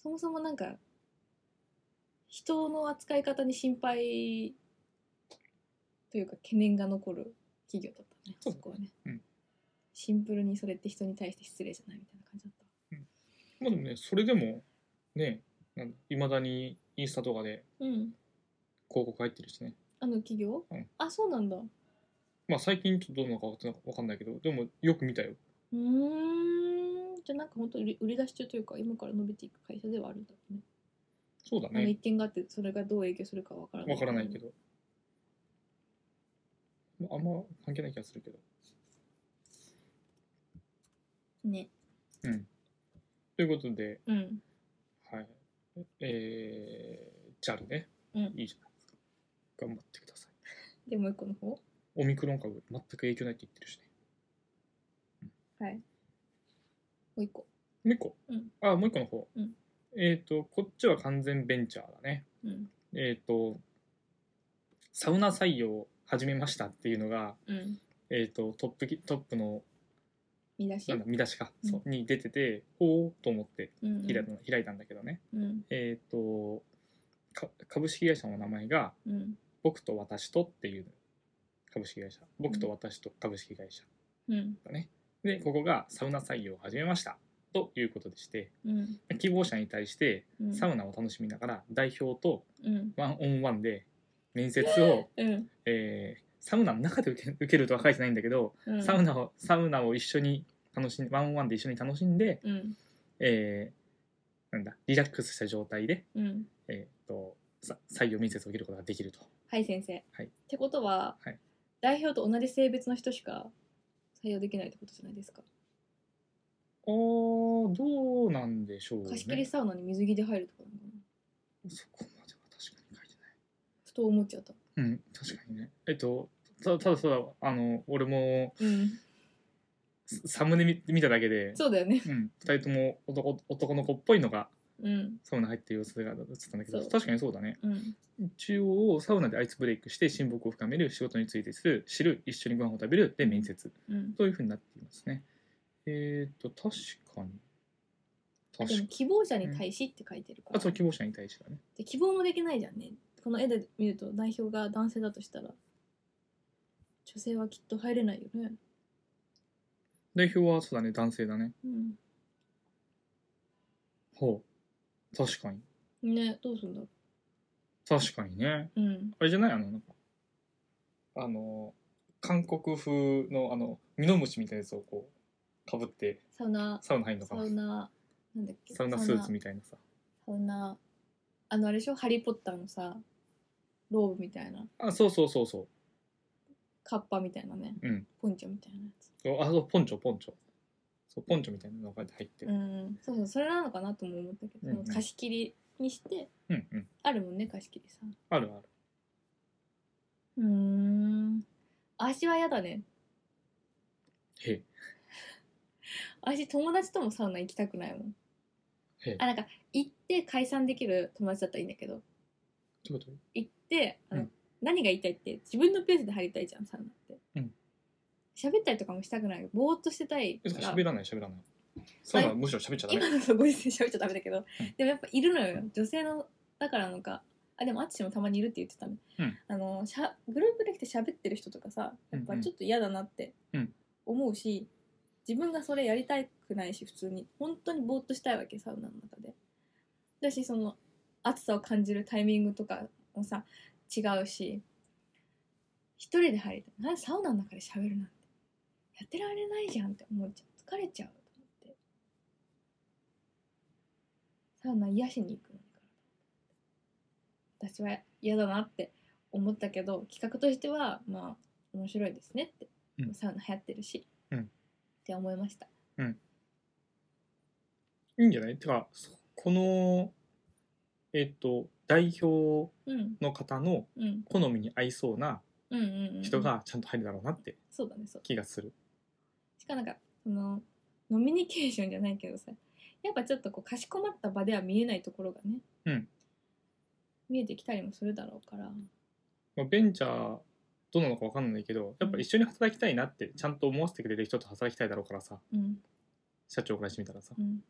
Speaker 2: そもそもなんか人の扱い方に心配というか懸念が残る企業だったね
Speaker 1: そ
Speaker 2: そ
Speaker 1: だ
Speaker 2: う
Speaker 1: ね
Speaker 2: こはね、
Speaker 1: うん
Speaker 2: シンプルにそれって人に対して失礼じゃないみたいな感じだった
Speaker 1: まあでもねそれでもねいまだにインスタとかで
Speaker 2: うん
Speaker 1: 広告入ってるしね
Speaker 2: あの企業、
Speaker 1: うん
Speaker 2: あそうなんだう
Speaker 1: まあ最近ちょっとどうなのかわかんないけどでもよく見たよ
Speaker 2: ーんじゃあなんか本当売り売り出し中というか今から伸びていく会社ではあるんだろうね
Speaker 1: そうだ
Speaker 2: あの
Speaker 1: ね
Speaker 2: 一見があってそれがどう影響するかわからない
Speaker 1: わからないけどあんま関係ない気がするけど
Speaker 2: ね
Speaker 1: ということで
Speaker 2: うん
Speaker 1: はい。えー、JAL ね、
Speaker 2: うん
Speaker 1: いいじゃないですか。頑張ってください。
Speaker 2: でもう一個の方
Speaker 1: オミクロン株、全く影響ないって言ってるしね。
Speaker 2: はいもう一個
Speaker 1: もう一個、
Speaker 2: うん
Speaker 1: あ、もう一個の方。
Speaker 2: うん
Speaker 1: えっ、と、こっちは完全ベンチャーだね。
Speaker 2: うん
Speaker 1: えっ、と、サウナ採用を始めましたっていうのが、
Speaker 2: うん
Speaker 1: えっ、と、トップき、トップの、
Speaker 2: 見出し
Speaker 1: なんだ、見出しか、
Speaker 2: うん
Speaker 1: そう、に出てて、ほーっと思って
Speaker 2: うんうん
Speaker 1: 開いた,、開いたんだけどね。
Speaker 2: うん
Speaker 1: えっ、とか株式会社の名前が、
Speaker 2: うん
Speaker 1: 僕と私とっていう株式会社僕と私と株式会社
Speaker 2: うん
Speaker 1: だねでここがサウナ採用を始めましたということでして
Speaker 2: うん
Speaker 1: 希望者に対して
Speaker 2: うん
Speaker 1: サウナを楽しみながら代表と
Speaker 2: うん
Speaker 1: ワンオンワンで面接を、
Speaker 2: うん
Speaker 1: えーサウナの中で受け受けるとは書いてないんだけど、
Speaker 2: うん
Speaker 1: サウナをサウナを一緒に楽しんワンオンワンで一緒に楽しんで、
Speaker 2: うん
Speaker 1: えーなんだリラックスした状態で、
Speaker 2: うん
Speaker 1: えー、とさ採用面接を受けることができると
Speaker 2: はい先生、
Speaker 1: はい
Speaker 2: ってことは、
Speaker 1: はい
Speaker 2: 代表と同じ性別の人しか採用できないってことじゃないですか
Speaker 1: あーどうなんでしょうね
Speaker 2: 貸し切りサウナに水着で入るとかなのかな
Speaker 1: そこまでは確かに書いてない
Speaker 2: ふと思っちゃった
Speaker 1: うん確かにねえっとたただそうだあの俺も
Speaker 2: うん
Speaker 1: ササムネ見見ただけで
Speaker 2: そうだよね
Speaker 1: うん、2人とも男男の子っぽいのが
Speaker 2: うん
Speaker 1: サウナ入ってる様子が映ったんだけど
Speaker 2: そう
Speaker 1: 確かにそうだね
Speaker 2: うん
Speaker 1: 中央をサウナでアイスブレイクして親睦を深める仕事についてする知る一緒にご飯を食べるで面接
Speaker 2: うん
Speaker 1: というふうになっていますねえっ、と確かに
Speaker 2: あで
Speaker 1: 確か
Speaker 2: も
Speaker 1: に
Speaker 2: 希望者に対しって書いてるから、
Speaker 1: あそう希望者に対してだね
Speaker 2: で希望もできないじゃんねこの絵で見ると代表が男性だとしたら女性はきっと入れないよね
Speaker 1: 代表はそうだね男性だね
Speaker 2: うん
Speaker 1: ほう確かに
Speaker 2: ねどうするんだろ
Speaker 1: 確かにね
Speaker 2: ううん
Speaker 1: あれじゃないあのなんかあの韓国風のあのミノムシみたいなやつをこうかぶって
Speaker 2: サウナ
Speaker 1: サウナ入るのか
Speaker 2: サ
Speaker 1: な
Speaker 2: ウナなんだっけ
Speaker 1: サウナスーツみたいなさ
Speaker 2: サウナあのあれでしょハリー・ポッターのさローブみたいな
Speaker 1: あそうそうそうそ
Speaker 2: カッパみたいなね
Speaker 1: ううん
Speaker 2: ポンチョみたいなや
Speaker 1: あ
Speaker 2: つ
Speaker 1: そうポンチョポンチョそうポンチョみたいなのが入って
Speaker 2: う
Speaker 1: る
Speaker 2: んそうそうそれなのかなとも思ったけど、
Speaker 1: うんうん
Speaker 2: 貸し切りにして
Speaker 1: うんうん
Speaker 2: あるもんね貸し切りさ
Speaker 1: あるある
Speaker 2: うーん足は嫌だね
Speaker 1: へえ
Speaker 2: 私友達ともサウナ行きたくないもん
Speaker 1: へえ
Speaker 2: あなんか行って解散できる友達だったらいいんだけど
Speaker 1: どういうこ
Speaker 2: 行ってあの、
Speaker 1: うん
Speaker 2: 何が言いたいって自分のペースで入りたいじゃんサウナって
Speaker 1: うん
Speaker 2: 喋、ったりとかもしたくないぼーっとしてたい
Speaker 1: とえ
Speaker 2: か
Speaker 1: そっ
Speaker 2: ら
Speaker 1: か喋らない喋らないサウナはむしろ喋っちゃダメ
Speaker 2: 今のとご時世喋っちゃダメだけど、
Speaker 1: ん
Speaker 2: でもやっぱいるのよ女性のだからなのかあでも淳もたまにいるって言ってたね、
Speaker 1: うん
Speaker 2: あのしゃグループで来て喋ってる人とかさやっぱちょっと嫌だなって
Speaker 1: うん
Speaker 2: 思うし、自分がそれやりたくないし普通に本当にぼーっとしたいわけサウナの中でだしその暑さを感じるタイミングとかもさ違うし一人で入りたいなんでサウナの中で喋るなんてやってられないじゃんって思っちゃう疲れちゃうと思ってサウナ癒しに行くのに私は嫌だなって思ったけど企画としてはまあ面白いですねって、
Speaker 1: うん
Speaker 2: サウナ流行ってるし、
Speaker 1: うん
Speaker 2: って思いました
Speaker 1: いいんじゃないてかそこのえっと代表
Speaker 2: うん
Speaker 1: の方の
Speaker 2: うん
Speaker 1: 好みに合いそうな
Speaker 2: うんうん、うん、
Speaker 1: 人がちゃんと入るだろうなって
Speaker 2: そうだねそう
Speaker 1: 気がする、
Speaker 2: しかもなんかそのノミニケーションじゃないけどさやっぱちょっとこうかしこまった場では見えないところがね、
Speaker 1: うん
Speaker 2: 見えてきたりもするだろうから
Speaker 1: まあ、ベンチャーどうなのか分かんないけどやっぱ一緒に働きたいなってちゃんと思わせてくれる人と働きたいだろうからさ
Speaker 2: うん
Speaker 1: 社長からしてみたらさ
Speaker 2: うん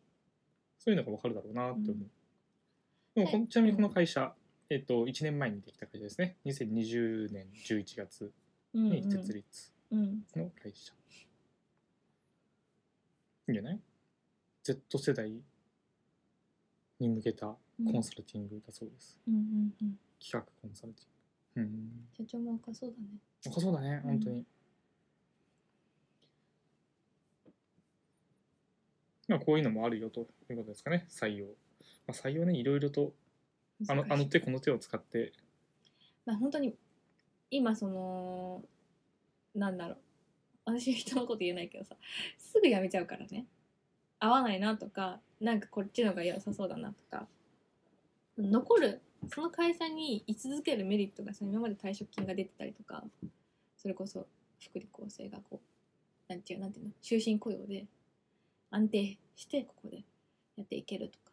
Speaker 1: そういうのが分かるだろうなって思う、
Speaker 2: うん
Speaker 1: でもこんちなみにこの会社、えっと1年前にできた会社ですね2020年11月
Speaker 2: うん
Speaker 1: に設立
Speaker 2: うん
Speaker 1: の会社、いいんじゃない ?Z 世代に向けた
Speaker 2: うん
Speaker 1: コンサルティングだそうです、
Speaker 2: うんうんうん
Speaker 1: 企画コンサルティングうん
Speaker 2: 社長も若そうだね
Speaker 1: あそうだね
Speaker 2: うん
Speaker 1: 本当に、まあこういうのもあるよということですかね採用、まあ、採用ねいろいろとあの
Speaker 2: 難しい
Speaker 1: あの手この手を使って
Speaker 2: まあ本当に今そのなんだろう私人のこと言えないけどさすぐ辞めちゃうからね合わないなとかなんかこっちのが良さそうだなとか残るその会社に居続けるメリットがさ今まで退職金が出てたりとかそれこそ福利厚生がこうなんていうなんていうの終身雇用で安定してここでやっていけるとか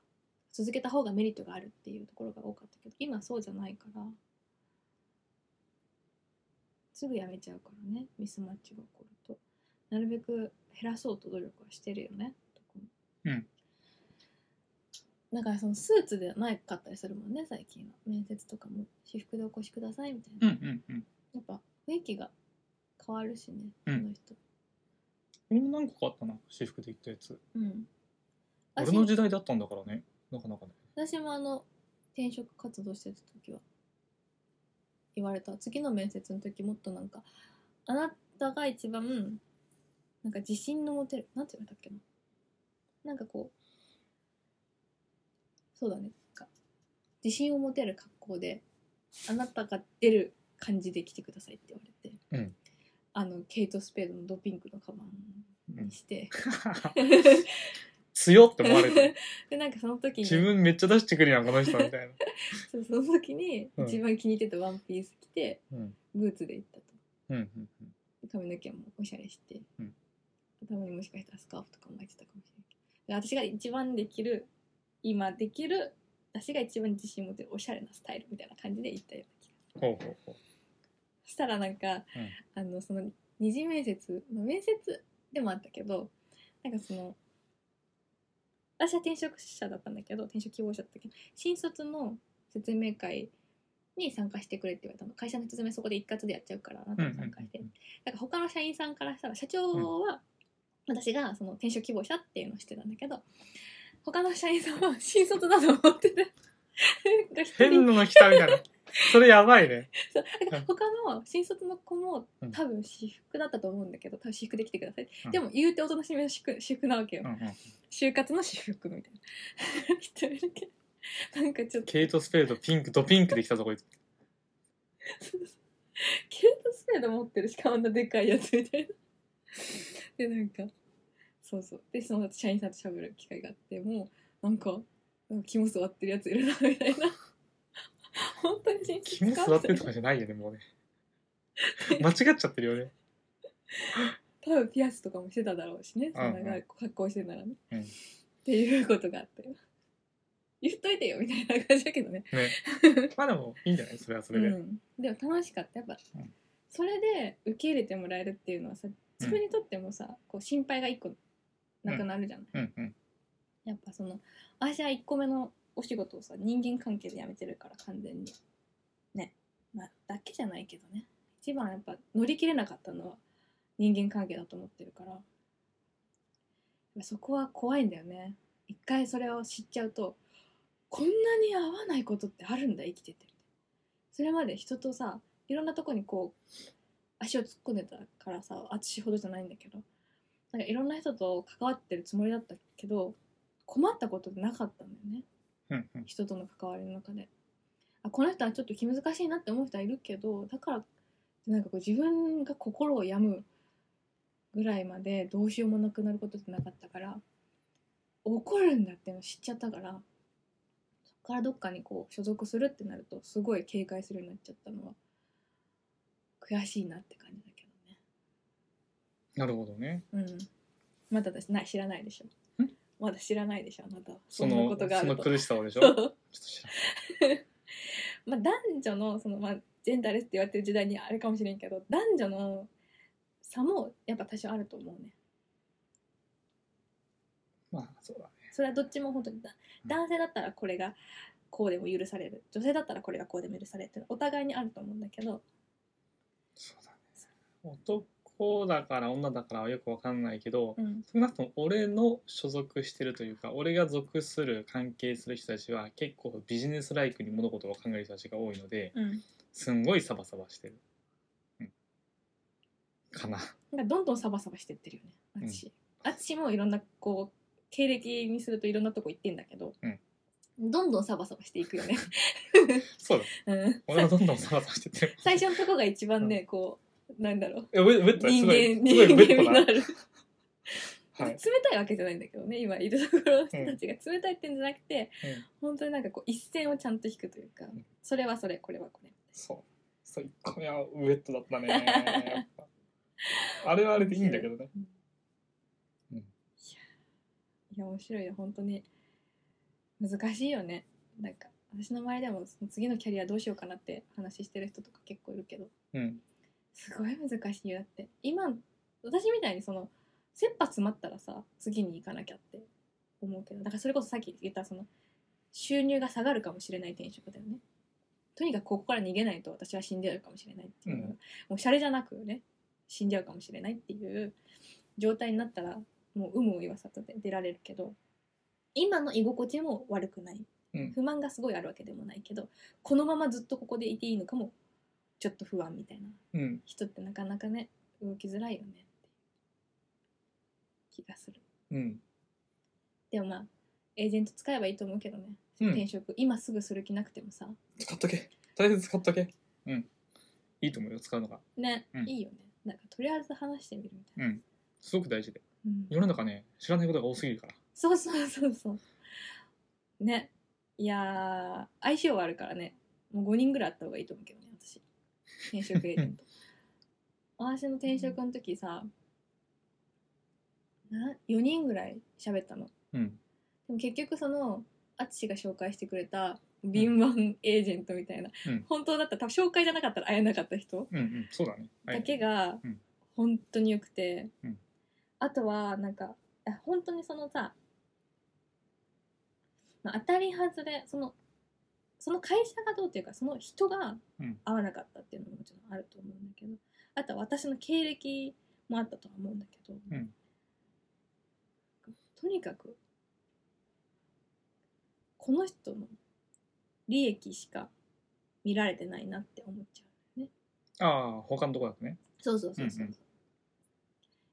Speaker 2: 続けた方がメリットがあるっていうところが多かったけど今はそうじゃないからすぐ辞めちゃうからねミスマッチが起こるとなるべく減らそうと努力はしてるよねどこも
Speaker 1: うん
Speaker 2: だからそのスーツではなかったりするもんね最近は面接とかも私服でお越しくださいみたいな、
Speaker 1: うんうんうん
Speaker 2: やっぱ雰囲気が変わるしね、
Speaker 1: うん
Speaker 2: あの人
Speaker 1: 俺も何個かあったな私服で行ったやつ
Speaker 2: うん
Speaker 1: 俺の時代だったんだからねなかなかね
Speaker 2: 私もあの転職活動してた時は言われた次の面接の時もっとなんかあなたが一番なんか自信の持てるなんて言われたっけななんかこうそうだねなんか自信を持てる格好であなたが出る感じで来てくださいって言われ
Speaker 1: う
Speaker 2: て、
Speaker 1: ん
Speaker 2: あのケイト・スペードのドピンクのカバン にして、
Speaker 1: 強って思われ て
Speaker 2: でなんかその時に
Speaker 1: 自分めっちゃ出してくるやんこの人みたいな、
Speaker 2: そうその時に
Speaker 1: うん
Speaker 2: 一番気に入ってたワンピース着て、
Speaker 1: うん
Speaker 2: ブーツで行ったと
Speaker 1: うんうんうん、
Speaker 2: 髪の毛もおしゃれして、
Speaker 1: うん
Speaker 2: たまにもしかしたらスカーフとか巻いてたかもしれないけどで私が一番できる今できる私が一番自信持てるおしゃれなスタイルみたいな感じで行ったような気が
Speaker 1: ほうほうほう
Speaker 2: そしたらなんか、あのその二次面接の面接でもあったけどなんかその私は転職者だったんだけど転職希望者だったけど新卒の説明会に参加してくれって言われたの会社の説明そこで一括でやっちゃうからあなたも参加して、
Speaker 1: うんうんうん
Speaker 2: なんか他の社員さんからしたら社長は、私がその転職希望者っていうのをしてたんだけど他の社員さんは新卒だと思ってたが一人
Speaker 1: 変なの来たみたい なそれやばいね
Speaker 2: そうなんか他の新卒の子も
Speaker 1: うん
Speaker 2: 多分私服だったと思うんだけど多分私服で来てください、
Speaker 1: うん
Speaker 2: でも言うておとなしめの私服私服なわけよ、
Speaker 1: うんうん
Speaker 2: 就活の私服みたいな 一人だけなんかちょっと
Speaker 1: ケイト・スペードピンクドピンクできたぞこいつ
Speaker 2: ケルトスペード持ってるしかもあんなでかいやつみたいなでなんかそうそうでその後社員さんと喋る機会があってもうなんかなんか肝座ってるやついるなみたいな 本当に新卒
Speaker 1: 君座って るとかじゃないよねもうね 間違っちゃってるよね
Speaker 2: 多分ピアスとかもしてただろうしね
Speaker 1: う
Speaker 2: そ
Speaker 1: んうん
Speaker 2: んなが格好してるならね、
Speaker 1: うん
Speaker 2: っていうことがあって言っといてよみたいな感じだけどね、
Speaker 1: ね まあでもいいんじゃないそれはそれ
Speaker 2: う
Speaker 1: で、
Speaker 2: ん、でも楽しかったやっぱ、
Speaker 1: うん
Speaker 2: それで受け入れてもらえるっていうのはさ自分にとってもさ、こう心配が一個なくなるじゃない、
Speaker 1: うんうん
Speaker 2: やっぱその私は1個目のお仕事をさ人間関係で辞めてるから完全にねまあだけじゃないけどね一番やっぱ乗り切れなかったのは人間関係だと思ってるからやっぱそこは怖いんだよね一回それを知っちゃうとこんなに合わないことってあるんだ生きててそれまで人とさいろんなとこにこう足を突っ込んでたからさ私ほどじゃないんだけどなんかいろんな人と関わってるつもりだったけど困ったことってなかったんだよね
Speaker 1: うんうん
Speaker 2: 人との関わりの中であこの人はちょっと気難しいなって思う人はいるけどだからなんかこう自分が心を病むぐらいまでどうしようもなくなることってなかったから怒るんだっていうのを知っちゃったからそこからどっかにこう所属するってなるとすごい警戒するようになっちゃったのは悔しいなって感じだけ
Speaker 1: なるほどね
Speaker 2: どねうんまだ私な知らないでしょ
Speaker 1: ん
Speaker 2: まだ知らないでしょあなたは
Speaker 1: そ
Speaker 2: んな
Speaker 1: の
Speaker 2: ことがあ
Speaker 1: そ
Speaker 2: る
Speaker 1: の
Speaker 2: と
Speaker 1: 苦しさを でしょち ょっと知ら
Speaker 2: まあ、男女のその、まあ、ジェンダーレスって言われてる時代にあれかもしれんけど男女の差もやっぱ多少あると思うね
Speaker 1: ないまあそうだね
Speaker 2: それはどっちも本当にだ男性だったらこれがこうでも許される女性だったらこれがこうでも許されるっていうのはお互いにあると思うんだけど
Speaker 1: そうだね男だから女だからはよくわかんないけど、
Speaker 2: うん
Speaker 1: 少なくとも俺の所属してるというか俺が属する関係する人たちは結構ビジネスライクに物事を考える人たちが多いので
Speaker 2: うん
Speaker 1: すんごいサバサバしてる、うん、かな
Speaker 2: なんかどんどんサバサバしてってるよね
Speaker 1: うん
Speaker 2: 私、私もいろんなこう経歴にするといろんなとこ行ってんだけど、
Speaker 1: うん
Speaker 2: どんどんサバサバしていくよ ね、
Speaker 1: そうだ
Speaker 2: うん、
Speaker 1: 俺はどんどんサバサバしてってる
Speaker 2: 最初のとこが一番ね、こうなんだろう
Speaker 1: えウェットだす
Speaker 2: 人
Speaker 1: ごい
Speaker 2: 間
Speaker 1: す
Speaker 2: 人間
Speaker 1: ごいウェッ
Speaker 2: 味
Speaker 1: ト
Speaker 2: のあ
Speaker 1: だ
Speaker 2: る
Speaker 1: はい
Speaker 2: 冷たいわけじゃないんだけどね今いるところの人たちが冷たいってんじゃなくて、
Speaker 1: うん
Speaker 2: 本当になんかこう一線をちゃんと引くというか、
Speaker 1: ん
Speaker 2: それはそれこれはこれ
Speaker 1: そうそう一個目はウェットだったねやっぱあれはあれでいいんだけどね
Speaker 2: いや面白いよ本当に難しいよねなんか私の周りでもその次のキャリアどうしようかなって話してる人とか結構いるけど
Speaker 1: うん
Speaker 2: すごい難しいよだって今私みたいにその切羽詰まったらさ次に行かなきゃって思うけどだからそれこそさっき言ったその収入が下がるかもしれない転職だよねとにかくここから逃げないと私は死んでるかもしれないっていうのが、
Speaker 1: うん
Speaker 2: もうシャレじゃなくね死んじゃうかもしれないっていう状態になったらもう有無を言わさずで出られるけど今の居心地も悪くない、
Speaker 1: うん
Speaker 2: 不満がすごいあるわけでもないけどこのままずっとここでいていいのかもちょっと不安みたいな
Speaker 1: うん
Speaker 2: 人ってなかなかね動きづらいよねって気がする
Speaker 1: うん
Speaker 2: でもまあエージェント使えばいいと思うけどね
Speaker 1: うん
Speaker 2: 転職、今すぐする気なくてもさ
Speaker 1: 使っとけとりあえず使っとけうんいいと思うよ使うのが
Speaker 2: ね、
Speaker 1: うん
Speaker 2: いいよねなんかとりあえず話してみるみたいな、
Speaker 1: うんすごく大事で
Speaker 2: うん
Speaker 1: 世の中ね知らないことが多すぎるから
Speaker 2: そうそうそうそうねいやー相性はあるからねもう5人ぐらいあった方がいいと思うけどね私転職エージェ ント私の転職の時さな4人ぐらい喋ったの
Speaker 1: うん
Speaker 2: でも結局その淳が紹介してくれた敏腕エージェントみたいな、
Speaker 1: うん
Speaker 2: 本当だったら多分紹介じゃなかったら会えなかった人
Speaker 1: うんうんそうだねはい
Speaker 2: だけが
Speaker 1: うん
Speaker 2: 本当に良くて、
Speaker 1: うん
Speaker 2: あとはなんかあ本当にそのさ、まあ、当たり外れそのその会社がどうっていうかその人が
Speaker 1: うん
Speaker 2: 合わなかったっていうのももちろんあると思うんだけどあとは私の経歴もあったとは思うんだけど、
Speaker 1: うん
Speaker 2: とにかくこの人の利益しか見られてないなって思っちゃうね。
Speaker 1: ああ他のとこだとね
Speaker 2: そうそうそうそう、
Speaker 1: うんうん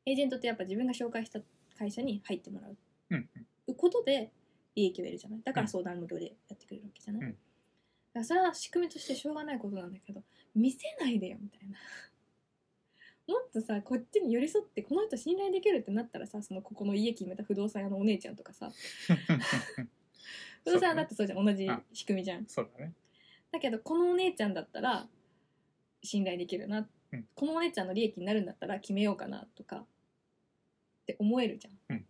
Speaker 2: エージェントってやっぱ自分が紹介した会社に入ってもらう
Speaker 1: うん
Speaker 2: ことで利益を得るじゃないだから相談無料でやってくれるわけじゃない、
Speaker 1: うん
Speaker 2: だからそれは仕組みとしてしょうがないことなんだけど見せないでよみたいな もっとさこっちに寄り添ってこの人信頼できるってなったらさそのここの家決めた不動産屋のお姉ちゃんとかさ不動産屋だって そうじゃん同じ
Speaker 1: あ
Speaker 2: 仕組みじゃん
Speaker 1: そうだね
Speaker 2: だけどこのお姉ちゃんだったら信頼できるな、
Speaker 1: うん
Speaker 2: このお姉ちゃんの利益になるんだったら決めようかなとかって思えるじゃん、
Speaker 1: うん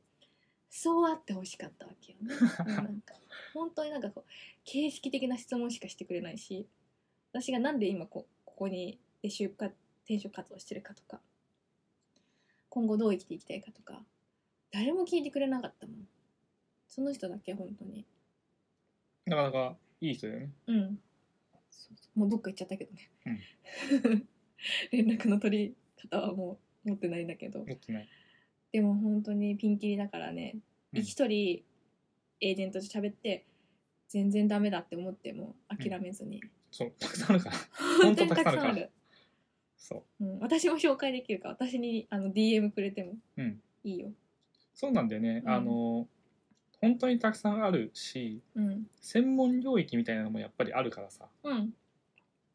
Speaker 2: そうあってほしかったわけ よねもうなんか本当になんかこう形式的な質問しかしてくれないし私がなんで今こここにで就活転職活動してるかとか今後どう生きていきたいかとか誰も聞いてくれなかったもんその人だけ本当に
Speaker 1: なかなかいい人だよね
Speaker 2: うん。もうどっか行っちゃったけどね。
Speaker 1: うん
Speaker 2: 連絡の取り方はもう持ってないんだけど。
Speaker 1: 持ってない
Speaker 2: でも本当にピンキリだからね。
Speaker 1: うん
Speaker 2: 一人エージェントと喋って、全然ダメだって思っても諦めずに。
Speaker 1: そうたくさんあるから
Speaker 2: 本
Speaker 1: 本
Speaker 2: 当
Speaker 1: 当
Speaker 2: にた
Speaker 1: たく
Speaker 2: く
Speaker 1: さ
Speaker 2: さん
Speaker 1: ん
Speaker 2: あ
Speaker 1: あるから
Speaker 2: る。
Speaker 1: そう
Speaker 2: うん、私も紹介できるから、私にあの DM くれても
Speaker 1: うん
Speaker 2: いいよ。
Speaker 1: そうなんだよね、
Speaker 2: うん
Speaker 1: あの本当にたくさんあるし
Speaker 2: うん。
Speaker 1: 専門領域みたいなのもやっぱりあるからさ、
Speaker 2: うん。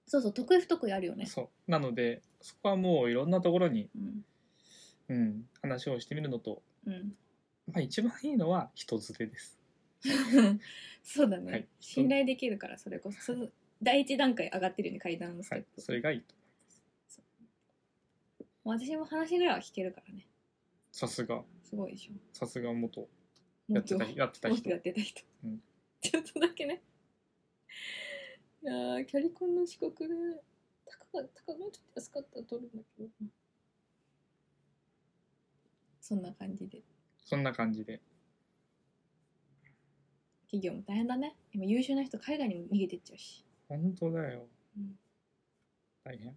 Speaker 2: そうそう、得意不得意あるよね。
Speaker 1: そうなのでそこはもういろんなところに、
Speaker 2: うん。
Speaker 1: うん、話をしてみるのと、
Speaker 2: うん。
Speaker 1: まあ、一番いいのは人づてです
Speaker 2: そうだね、
Speaker 1: はい
Speaker 2: 信頼できるからそれこそその第一段階上がってるよね階段のス
Speaker 1: は
Speaker 2: テッ
Speaker 1: い
Speaker 2: プ、
Speaker 1: それがいいと
Speaker 2: もう私も話ぐらいは聞けるからね
Speaker 1: さすが
Speaker 2: すごいでしょ
Speaker 1: さすが元
Speaker 2: も
Speaker 1: や
Speaker 2: っ
Speaker 1: って
Speaker 2: と
Speaker 1: たやってた
Speaker 2: もっと
Speaker 1: 人
Speaker 2: やってた人、
Speaker 1: うん
Speaker 2: ちょっとだけねいやーキャリコンの四国で高か高もうちょっと安かったら取るんだけどそんな感じで
Speaker 1: そんな感じで
Speaker 2: 企業も大変だね今優秀な人海外にも逃げてっちゃうし
Speaker 1: 本当だよ、
Speaker 2: うん
Speaker 1: 大変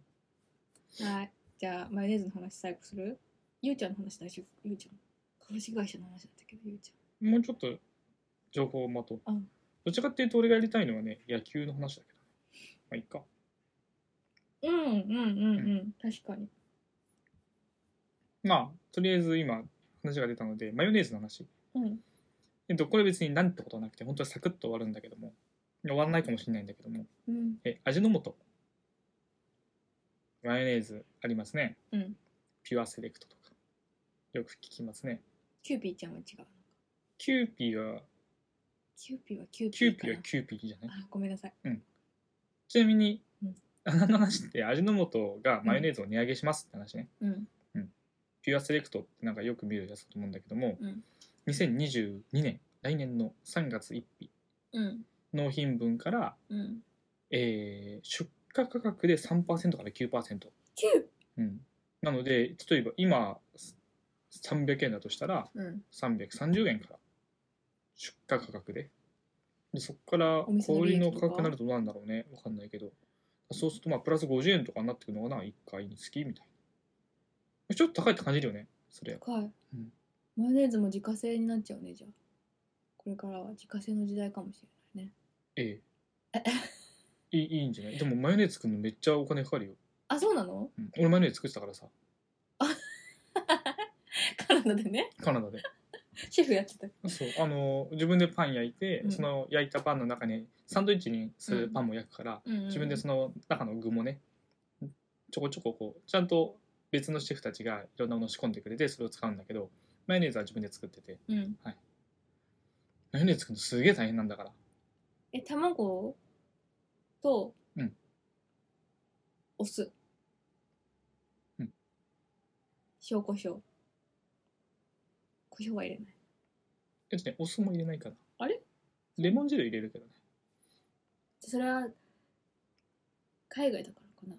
Speaker 2: はい。じゃあ、マヨネーズの話最後するゆうちゃんの話大丈夫ゆうちゃん。株式会社の話だったけど、ゆうち
Speaker 1: もうちょっと情報をまとう、
Speaker 2: うん
Speaker 1: どっちかっていうと俺がやりたいのはね野球の話だけどまあいいか
Speaker 2: ゃん。うんうんうん
Speaker 1: う
Speaker 2: うん。確かに。
Speaker 1: まあとりあえず今話が出たのでマヨネーズの話
Speaker 2: うん。
Speaker 1: えっとこれ別になんてことはなくて本当はサクッと終わるんだけども終わらないかもしれないんだけども
Speaker 2: うん。
Speaker 1: え味の素マヨネーズありますね
Speaker 2: うん。
Speaker 1: ピュアセレクトとかよく聞きますね
Speaker 2: キューピーちゃんは違うのか。
Speaker 1: キューピーは
Speaker 2: キューピーはキュー
Speaker 1: キ
Speaker 2: ピ
Speaker 1: ュー
Speaker 2: ーか
Speaker 1: ピー
Speaker 2: な。
Speaker 1: はキューピーじゃない
Speaker 2: あ、ごめんなさい。
Speaker 1: ちなみに、
Speaker 2: うん
Speaker 1: あの話って味の素がマヨネーズを値上げしますって話ね、
Speaker 2: うん。
Speaker 1: ピュアセレクトってなんかよく見るやつだと思うんだけども、
Speaker 2: うん
Speaker 1: 2022年来年の3月1日
Speaker 2: うん。
Speaker 1: 納品分から、
Speaker 2: うん。
Speaker 1: えー出荷価格で3%から9%、
Speaker 2: キュー
Speaker 1: うん、なので例えば今300円だとしたら
Speaker 2: うん。
Speaker 1: 330円から出荷価格ででそこから
Speaker 2: お店
Speaker 1: 小
Speaker 2: の
Speaker 1: 売り
Speaker 2: 利益
Speaker 1: の
Speaker 2: とか
Speaker 1: 価格になるとどうなんだろうねわかんないけどそうするとまあプラス50円とかになってくるのかな1回につきみたいちょっと高いって感じるよねそれ
Speaker 2: 高い、
Speaker 1: ん
Speaker 2: マヨネーズも自家製になっちゃうねじゃあこれからは自家製の時代かもしれないね
Speaker 1: ええいいいいんじゃないでもマヨネーズ作るのめっちゃお金かかるよ、
Speaker 2: あそうなの
Speaker 1: うん俺マヨネーズ作ってたからさ
Speaker 2: カナダでね
Speaker 1: カナダで
Speaker 2: シェフやってた
Speaker 1: そうあの自分でパン焼いて、
Speaker 2: うん
Speaker 1: その焼いたパンの中にサンドイッチにするパンも焼くから、自分でその中の具もねちょこちょここうちゃんと別のシェフたちがいろんなものを仕込んでくれてそれを使うんだけどマヨネーズは自分で作ってて
Speaker 2: うん、うん、
Speaker 1: マヨネーズ作るのすげえ大変なんだから
Speaker 2: え卵と、
Speaker 1: うん
Speaker 2: お酢、
Speaker 1: うん
Speaker 2: 塩コショウコショウは入れない
Speaker 1: えっとねお酢も入れないから
Speaker 2: あれ
Speaker 1: レモン汁入れるけどね
Speaker 2: それは海外だからかな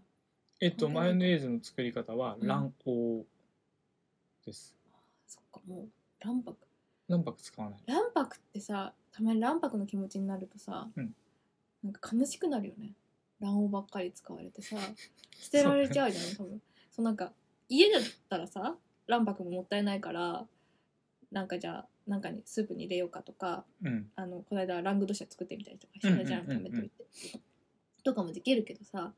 Speaker 1: えっと
Speaker 2: 本当だ
Speaker 1: マヨネーズの作り方は
Speaker 2: うん
Speaker 1: 卵黄です、
Speaker 2: そっかもう卵白
Speaker 1: 卵白使わない
Speaker 2: 卵白ってさたまに卵白の気持ちになるとさ、
Speaker 1: うん
Speaker 2: なんか悲しくなるよね卵黄ばっかり使われて さ捨てられちゃうじゃん多分そうなんか家だったらさ卵白ももったいないからなんかじゃあなんかにスープに入れようかとか
Speaker 1: うん
Speaker 2: あのこの間ラングドシャ作ってみたりとかしたじゃん
Speaker 1: うんうんうんうん
Speaker 2: 食べといてとかもできるけどさ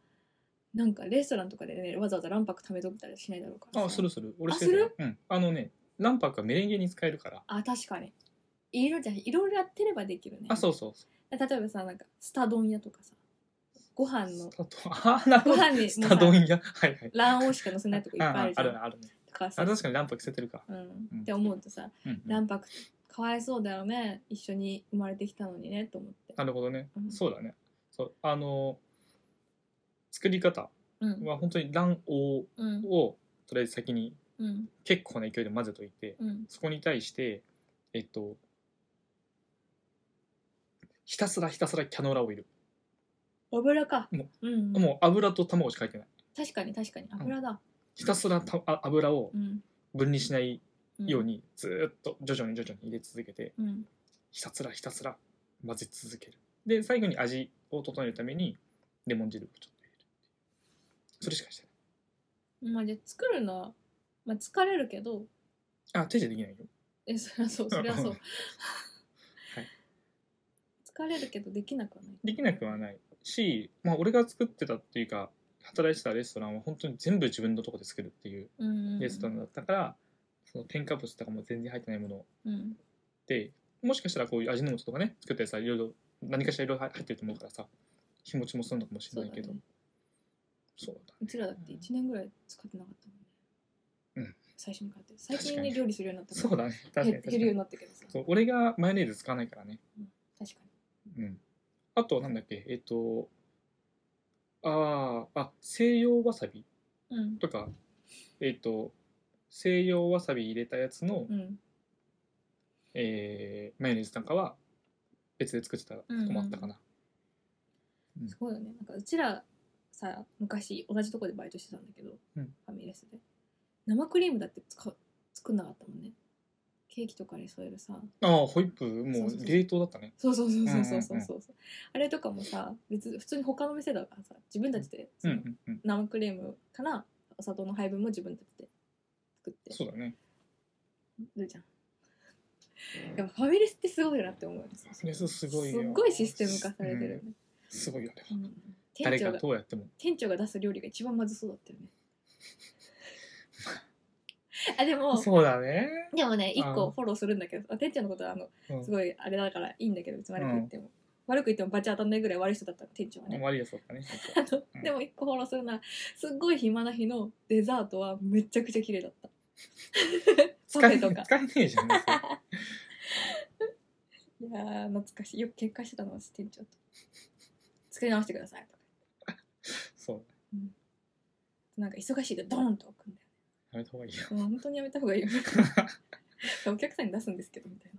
Speaker 2: なんかレストランとかでねわざわざ卵白食べといたりしないだろうからさ
Speaker 1: あするする俺
Speaker 2: あ
Speaker 1: してるうんあのね卵白はメレンゲに使えるから
Speaker 2: あ確かにいろいろじゃいろいろやってればできるね
Speaker 1: あそうそうそ
Speaker 2: 例えばさなんかスタ丼屋とかさご飯の
Speaker 1: うあと あなるほ
Speaker 2: ご
Speaker 1: ど
Speaker 2: 飯にも
Speaker 1: スタ丼
Speaker 2: さ
Speaker 1: 屋はいはい
Speaker 2: 卵黄しか乗せないとこいっぱいあるじゃん
Speaker 1: あああるね
Speaker 2: とかさ
Speaker 1: あ確かに卵白捨ててるか、
Speaker 2: うん
Speaker 1: うん
Speaker 2: って思うとさ
Speaker 1: うんうん
Speaker 2: 卵白かわいそうだよね一緒に生まれてきたのにねと思って
Speaker 1: なるほどね、
Speaker 2: うん
Speaker 1: そうだねそうあの作り方
Speaker 2: うん
Speaker 1: は本当に卵黄
Speaker 2: うん
Speaker 1: をとりあえず先に
Speaker 2: うん
Speaker 1: 結構な勢いで混ぜといて
Speaker 2: うん
Speaker 1: そこに対してえっとひたすらひたすらキャノーラを入れる、
Speaker 2: 油か
Speaker 1: も
Speaker 2: うん
Speaker 1: もう油と卵しか入ってない
Speaker 2: 確かに確かに油だ
Speaker 1: ひたすらたあ油を
Speaker 2: うん
Speaker 1: 分離しない
Speaker 2: ん
Speaker 1: ようにずーっと徐々に徐々に入れ続けて
Speaker 2: うん
Speaker 1: ひたすらひたすら混ぜ続けるで最後に味を整えるためにレモン汁をちょっと入れるそれしかして
Speaker 2: まあじゃあ作るのはまあ疲れるけど
Speaker 1: ないあ手じゃできないよ
Speaker 2: えそりゃそう そりゃそ
Speaker 1: は
Speaker 2: う
Speaker 1: い
Speaker 2: 疲れるけどできなくはない
Speaker 1: できなくはないし、まあ、俺が作ってたっていうか働いてたレストランは本当に全部自分のとこで作るっていう
Speaker 2: うんうんうん
Speaker 1: レストランだったから、その添加物とかも全然入ってないもの
Speaker 2: うん
Speaker 1: でもしかしたらこういう味の素とかね作ったやつはいろいろ何かしらいろいろ入ってると思うからさ日持ちもするのかもしれないけど
Speaker 2: そう
Speaker 1: そうだ,、
Speaker 2: うちらだって1年ぐらい使ってなかったもんね、
Speaker 1: うん
Speaker 2: 最初に買って最
Speaker 1: 確
Speaker 2: 近
Speaker 1: か
Speaker 2: ね
Speaker 1: に
Speaker 2: 料理するようになった
Speaker 1: そうだね確かに
Speaker 2: 減っ
Speaker 1: 確
Speaker 2: て
Speaker 1: か
Speaker 2: るよう
Speaker 1: に
Speaker 2: になったけどさ
Speaker 1: そう俺がマヨネーズ使わないからね
Speaker 2: 確か
Speaker 1: うん、あとなんだっけえっとあーあ西洋わさび
Speaker 2: にうん
Speaker 1: とかえっと西洋わさび入れたやつの、
Speaker 2: うん
Speaker 1: えーマヨネーズなんかは別で作ってたとこもあったかな、
Speaker 2: すごいよねなんかうちらさ昔同じとこでバイトしてたんだけど、
Speaker 1: うん
Speaker 2: ファミレスで生クリームだって使う作んなかったもんねケーキとかに添えるさ
Speaker 1: ああホイップも
Speaker 2: そうそうそうう
Speaker 1: 冷凍だったね
Speaker 2: そうそうそうそうそうそうそう,、あれとかもさ別に普通に他の店だからさ自分たちでそ
Speaker 1: うん
Speaker 2: の
Speaker 1: うんうん
Speaker 2: 生クリームからお砂糖の配分も自分たちで作って
Speaker 1: そうだね
Speaker 2: るじゃん。やっぱファミレスってすごいなって思うんですよ。
Speaker 1: フレスすごい
Speaker 2: す
Speaker 1: よ
Speaker 2: っごいシステム化されてるよね、
Speaker 1: うんすごいよあれは
Speaker 2: うん店
Speaker 1: 誰
Speaker 2: 長
Speaker 1: が
Speaker 2: が
Speaker 1: どうやっても
Speaker 2: 店長が出す料理が一番まずそうだったよね。 あでも
Speaker 1: そうだね、
Speaker 2: でもね一
Speaker 1: う
Speaker 2: 個
Speaker 1: ん
Speaker 2: フォローするんだけどあ店長のことはあの
Speaker 1: うん
Speaker 2: すごいあれだからいいんだけど別に悪く言っても、悪く言ってもバチ当たんないぐらい悪い人だったの店長はね。
Speaker 1: 悪いやつだったね
Speaker 2: あの
Speaker 1: うん
Speaker 2: でも一個フォローするならすっごい暇な日のデザートはめちゃくちゃ綺麗だった。
Speaker 1: 使
Speaker 2: パ
Speaker 1: え
Speaker 2: フェ
Speaker 1: ねえ
Speaker 2: とか
Speaker 1: 使えねえじゃん
Speaker 2: いやー懐かしいよく喧嘩してたの私店長と作り直してくださいとか
Speaker 1: そう
Speaker 2: なんか忙しいでドーンと置くんだよ
Speaker 1: やめた方がいいよ
Speaker 2: もう本当にやめた方がいいよ お客さんに出すんですけどみたい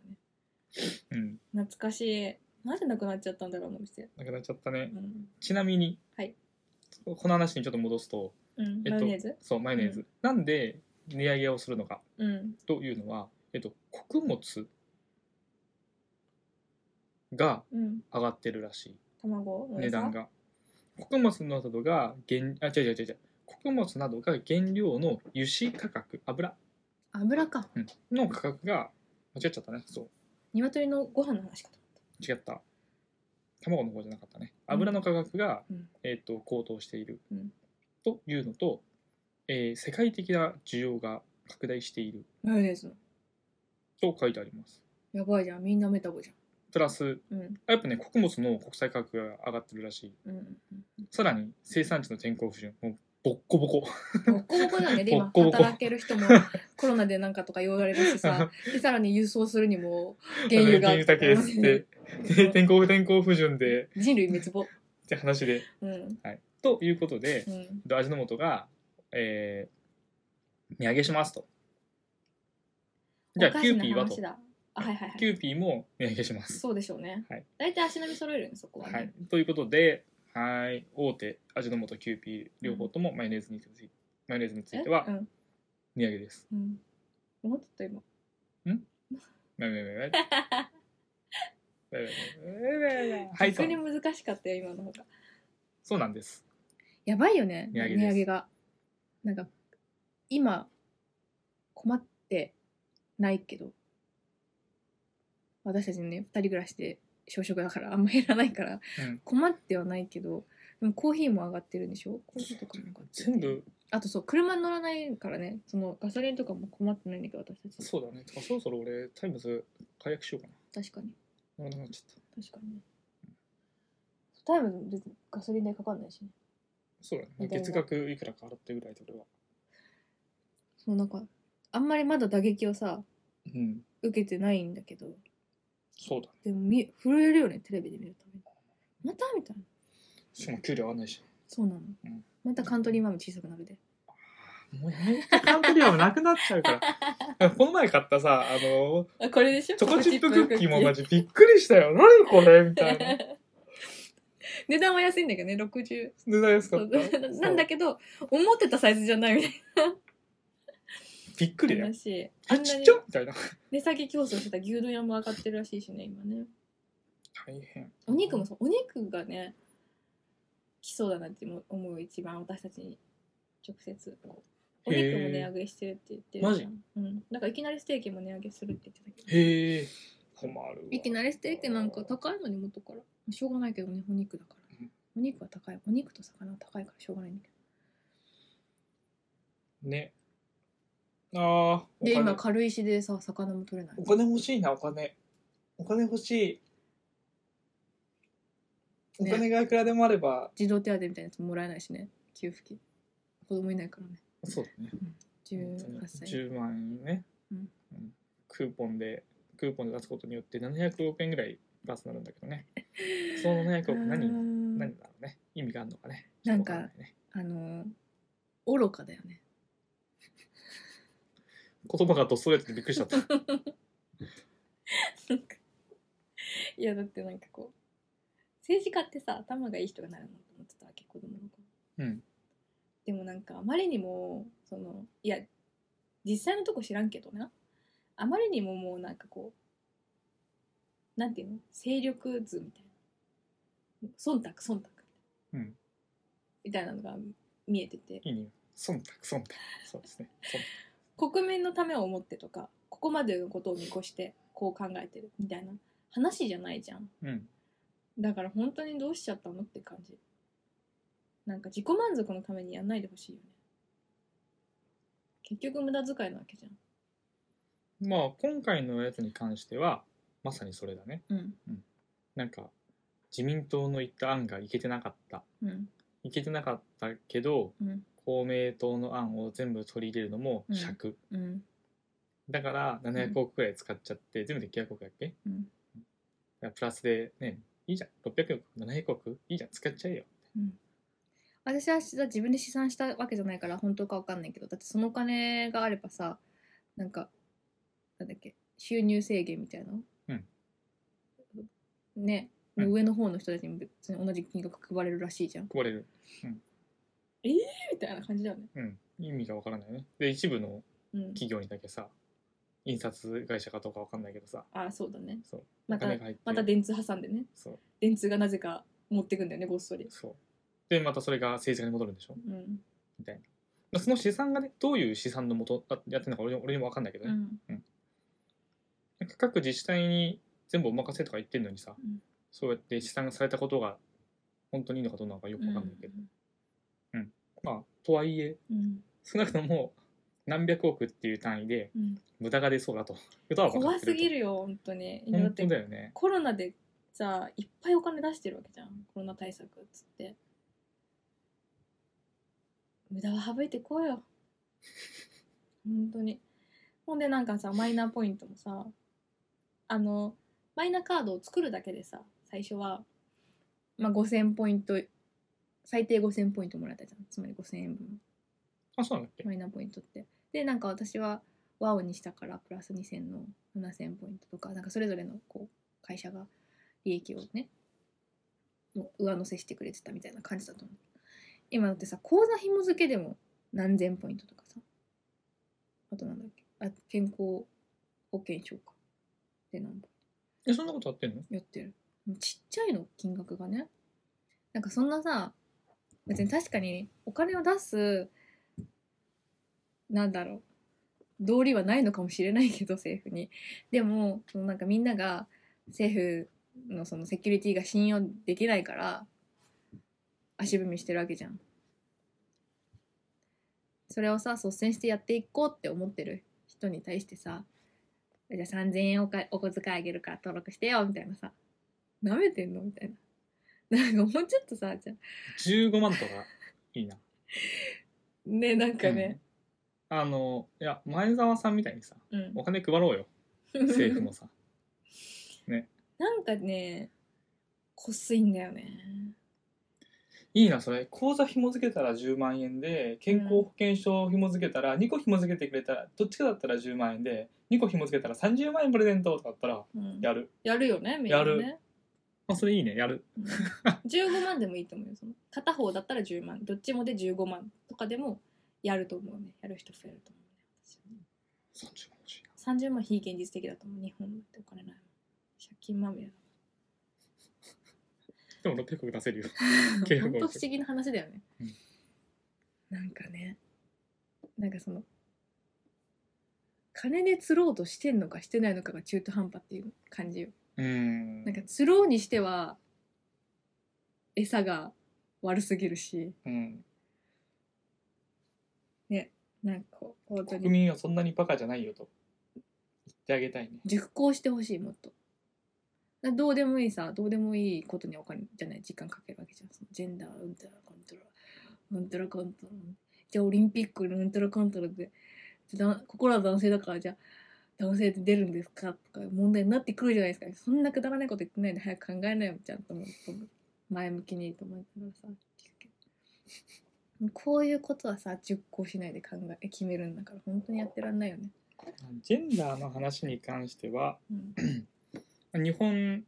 Speaker 1: うん
Speaker 2: なね懐かしいなぜなくなっちゃったんだろうあの店
Speaker 1: なくなっちゃったね
Speaker 2: うん、
Speaker 1: ちなみに、
Speaker 2: はい
Speaker 1: この話にちょっと戻すと、
Speaker 2: うん
Speaker 1: えっと
Speaker 2: マヨネーズ
Speaker 1: そうマヨネーズ、
Speaker 2: う
Speaker 1: なんで値上げをするのか
Speaker 2: うん
Speaker 1: というのは、えっと、穀物が
Speaker 2: うん
Speaker 1: 上がってるらしい
Speaker 2: 卵の餌
Speaker 1: 値段が穀物のなどが原あ違う違う違う違う穀物などが原料の油脂価格油、
Speaker 2: 油か
Speaker 1: うんの価格が間違っちゃったねそう
Speaker 2: 鶏のご飯の話かと
Speaker 1: 違った卵の方じゃなかったね油の価格が、
Speaker 2: うん
Speaker 1: えー、と高騰している、
Speaker 2: うん
Speaker 1: というのと、えー世界的な需要が拡大している
Speaker 2: マヨネーズの
Speaker 1: と書いてあります
Speaker 2: やばいじゃんみんなメタボじ
Speaker 1: プラス
Speaker 2: ゃんうん
Speaker 1: やっぱね穀物の国際価格が上がってるらしい
Speaker 2: うん
Speaker 1: さらに生産地の天候不順もうボッコボコ
Speaker 2: ボッコボコだ ねで
Speaker 1: ボ
Speaker 2: 今
Speaker 1: ッコボコ
Speaker 2: 働ける人もコロナでなんかとか言われるしさでさらに輸送するにも原油が
Speaker 1: 原油だけですってで天候不天候不順で
Speaker 2: 人類滅亡
Speaker 1: って話で、
Speaker 2: うん
Speaker 1: はい、ということで
Speaker 2: う、ん
Speaker 1: で味の素が、えー値上げしますとじゃあ
Speaker 2: おか
Speaker 1: キ
Speaker 2: し
Speaker 1: ュー
Speaker 2: な
Speaker 1: ピーはと
Speaker 2: 話だあはいはいは
Speaker 1: キ
Speaker 2: い
Speaker 1: ューピーも値上げします。
Speaker 2: そうでしょうね
Speaker 1: はい
Speaker 2: 大体足並み揃えるねそこは
Speaker 1: はい
Speaker 2: ね、
Speaker 1: ということではい大手味の素キューピー両方ともマヨネーズについて、マヨネーズにつ
Speaker 2: え
Speaker 1: いては
Speaker 2: うん
Speaker 1: 値上げです。
Speaker 2: うん思っちゃった今
Speaker 1: まあまあまあまあ はいそ
Speaker 2: 逆
Speaker 1: う
Speaker 2: に難しかったよ今の方が
Speaker 1: そうなんです。
Speaker 2: やばいよね
Speaker 1: 値上げ
Speaker 2: 値上
Speaker 1: です
Speaker 2: げがなんか今困ってないけど私たちね2人暮らしで小食だからあんま減らないから
Speaker 1: うん
Speaker 2: 困ってはないけどでもコーヒーも上がってるんでしょコーヒーとかも上がってて
Speaker 1: 全部
Speaker 2: あとそう車に乗らないからねそのガソリンとかも困ってないんだけど私たち
Speaker 1: そうだね。てかそろそろ俺タイムズ解約しようか
Speaker 2: 確かに
Speaker 1: な。なくなっちゃった。
Speaker 2: 確かにねタイム別にガソリン代かかんないしね
Speaker 1: そうだね。
Speaker 2: みたいな
Speaker 1: 月額いくらか払ってるぐらいで俺は。
Speaker 2: そうなんかあんまりまだ打撃をさ
Speaker 1: うん。
Speaker 2: 受けてないんだけど
Speaker 1: そうだね。
Speaker 2: でもみ震えるよねテレビで見るためにまたみたいな
Speaker 1: しかも給料上がんないし。
Speaker 2: そうなの、
Speaker 1: うん
Speaker 2: またカントリーマアム小さくなるで
Speaker 1: もうやめてカントリーはもうなくなっちゃうから。 この前買ったさ、あの、
Speaker 2: あこれでしょ
Speaker 1: チョコチップクッキーもマ
Speaker 2: ジ
Speaker 1: ジびっくりしたよ。何これみたいな。
Speaker 2: 値段は安いんだけどね60
Speaker 1: 値段安か
Speaker 2: そ
Speaker 1: っ
Speaker 2: う
Speaker 1: た。
Speaker 2: ななんだけど思ってたサイズじゃないみたい
Speaker 1: びっくりだ
Speaker 2: な
Speaker 1: よ。
Speaker 2: 話しあ
Speaker 1: え、
Speaker 2: んな
Speaker 1: ちっ
Speaker 2: に
Speaker 1: ちゃみたいな。
Speaker 2: 値下げ競争してた牛丼屋も上がってるらしいしね今ね
Speaker 1: 大変。
Speaker 2: お肉もそうお肉がね来そうだなっても思う一番私たちに直接お肉も値上げしてるって言ってるじゃんうん、なんかいきなりステーキも値上げするって言ってたけど
Speaker 1: へえ。困るわ。
Speaker 2: いきなりステーキなんか高いのに元からしょうがないけどねお肉だから、
Speaker 1: うん
Speaker 2: お肉は高いお肉と魚は高いからしょうがないんだけ
Speaker 1: ね。ああ。
Speaker 2: どで
Speaker 1: お金
Speaker 2: 今軽石でさ魚も取れない
Speaker 1: お金欲しいな、お金。お金欲しい。お
Speaker 2: ね
Speaker 1: 金がいくらでもあれば。
Speaker 2: 児童手当みたいなやつももらえないしね給付金子供いないからね
Speaker 1: そうだね。
Speaker 2: 18歳
Speaker 1: 10万円ね、
Speaker 2: うん
Speaker 1: うんクーポンでクーポンで出すことによって700億円ぐらいプラスになるんだけど ねその700億
Speaker 2: あー
Speaker 1: 何何だろうね意味があるのかね
Speaker 2: なんか
Speaker 1: わいね
Speaker 2: あのー愚かだよね
Speaker 1: 言葉がどそれてびっくりしちゃった
Speaker 2: なんか いやだってなんかこう政治家ってさ頭がいい人がなるなと思ってたわけ子供の頃
Speaker 1: うん
Speaker 2: でもなんかあまりにもそのいや実際のとこ知らんけどなあまりにももうなんかこうなんていうの勢力図みたいな忖度忖度、
Speaker 1: うん
Speaker 2: みたいなのが見えてて
Speaker 1: いいね忖度忖度そうですね忖
Speaker 2: 国民のためを思ってとかここまでのことを見越してこう考えてるみたいな話じゃないじゃん
Speaker 1: 度うん
Speaker 2: だから本当にどうしちゃったのって感じなんか自己満足のためにやんないでほしいよね結局無駄遣いなわけじ
Speaker 1: まあ今回のやつに関してはまさにそれだね
Speaker 2: ゃんうん
Speaker 1: なんか自民党の言った案がいけてなかった
Speaker 2: うん
Speaker 1: いけてなかったけど
Speaker 2: うん
Speaker 1: 公明党の案を全部取り入れるのも尺、
Speaker 2: うん
Speaker 1: だから700億くらい使っちゃって、全部で900億だっけだからプラスでねいいじゃん600億700億いいじゃん使っちゃえよ
Speaker 2: 私はさ自分で試算したわけじゃないから本当かわかんないけどだってそのお金があればさなんかなんだっけ収入制限みたいなの
Speaker 1: うん
Speaker 2: ね、
Speaker 1: うん
Speaker 2: 上の方の人たちに別に同じ金額配れるらしい じゃん
Speaker 1: 壊れる
Speaker 2: みたいな感じだよね
Speaker 1: うん意味がわからないよねで一部の
Speaker 2: うん
Speaker 1: 企業にだけさ印刷会社かどうかわかんないけどさ
Speaker 2: あそうだね
Speaker 1: そう
Speaker 2: ま
Speaker 1: お
Speaker 2: た
Speaker 1: 金が入ってる
Speaker 2: また電通挟んでね
Speaker 1: そう
Speaker 2: 電通がなぜか持ってくんだよねごっそり
Speaker 1: そうでまたそれが政治家に戻るんでしょ
Speaker 2: うん
Speaker 1: みたいなまあその試算がねどういう試算のもとやってるのか俺に俺にも分かんないけど
Speaker 2: う
Speaker 1: ね、
Speaker 2: ん
Speaker 1: なんか各自治体に全部お任せとか言ってるのにさ、
Speaker 2: うん
Speaker 1: そうやって試算がされたことが本当にいいのかどうなのかよく分かんないけど、まあとはいえ
Speaker 2: うん
Speaker 1: 少なくとも何百億っていう単位で
Speaker 2: うん
Speaker 1: 無駄が出そうだということは分か
Speaker 2: 怖
Speaker 1: ってる
Speaker 2: す
Speaker 1: と
Speaker 2: ぎるよ本当に今だっ
Speaker 1: 本当
Speaker 2: て
Speaker 1: だよね
Speaker 2: コロナでさいっぱいお金出してるわけじゃんコロナ対策っつって無駄は省いてこうよ本当にほんでなんかさマイナポイントもさあのマイナカードを作るだけでさ最初は、まあ、5000ポイント最低5000ポイントもらえたじゃんつまり5000円分
Speaker 1: あそうなんだっけ
Speaker 2: マイナポイントってでなんか私はワオにしたからプラス2000の7000ポイントとかなんかそれぞれのこう会社が利益をねもう上乗せしてくれてたみたいな感じだと思う今だってさ口座紐付けでも何千ポイントとかさあとなんだっけあ健康保険証かでなんぼ
Speaker 1: えそんなことやってんの
Speaker 2: やってるちっちゃいの金額がねなんかそんなさ別に確かにお金を出すなんだろう道理はないのかもしれないけど政府にでもそのなんかみんなが政府のそのセキュリティが信用できないから足踏みしてるわけじゃんそれをさ率先してやっていこうって思ってる人に対してさじゃあ3000円おかお小遣いあげるから登録してよみたいなさなめてんのみたいななんかもうちょっとさじゃあ
Speaker 1: 15万とかいいな
Speaker 2: ねなんかね、
Speaker 1: うんあのいや前澤さんみたいにさ
Speaker 2: うん
Speaker 1: お金配ろう よ政府もさ
Speaker 2: なんかねこすいんだよね
Speaker 1: いいなそれ口座紐付けたら10万円で健康保険証紐付けたら2個紐付けてくれたらどっちかだったら10万円で2個紐付けたら30万円プレゼントとかだったら
Speaker 2: うん
Speaker 1: やる、
Speaker 2: やるよねみんな
Speaker 1: や
Speaker 2: ね
Speaker 1: まあ、それいいねやる
Speaker 2: うん15万でもいいと思うよその片方だったら10万どっちもで15万とかでもやると思うねやる人増えると思うね
Speaker 1: 30万欲しいな
Speaker 2: 私はね30万非現実的だと思う日本ってお金ないもん借金まみれだ
Speaker 1: でも600億出せるよ契約
Speaker 2: 本
Speaker 1: を
Speaker 2: 当不思議な話だよね、
Speaker 1: うん
Speaker 2: なんかねなんかその金で釣ろうとしてんのかしてないのかが中途半端っていう感じよ
Speaker 1: うーん
Speaker 2: なんか釣ろうにしては餌が悪すぎるし
Speaker 1: うん、
Speaker 2: なんかこう本当
Speaker 1: 国
Speaker 2: に
Speaker 1: 民はそんなにバカじゃないよと言ってあげたいね
Speaker 2: 熟考してほしいもっとだどうでもいいさどうでもいいことにお金じゃない時間かけるわけじゃんそのジェンダーうんたらかんたらうんたらかんたらじゃあオリンピックのうんたらかんたらでじゃあだ心は男性だからじゃあ男性って出るんですかとか問題になってくるじゃないですかそんなくだらないこと言ってないで早く考えなよちゃんともう前向きにと思いながらさ聞くけどこういうことはさ熟考しないで考え決めるんだから本当にやってらんないよね。
Speaker 1: ジェンダーの話に関しては
Speaker 2: うん
Speaker 1: 日本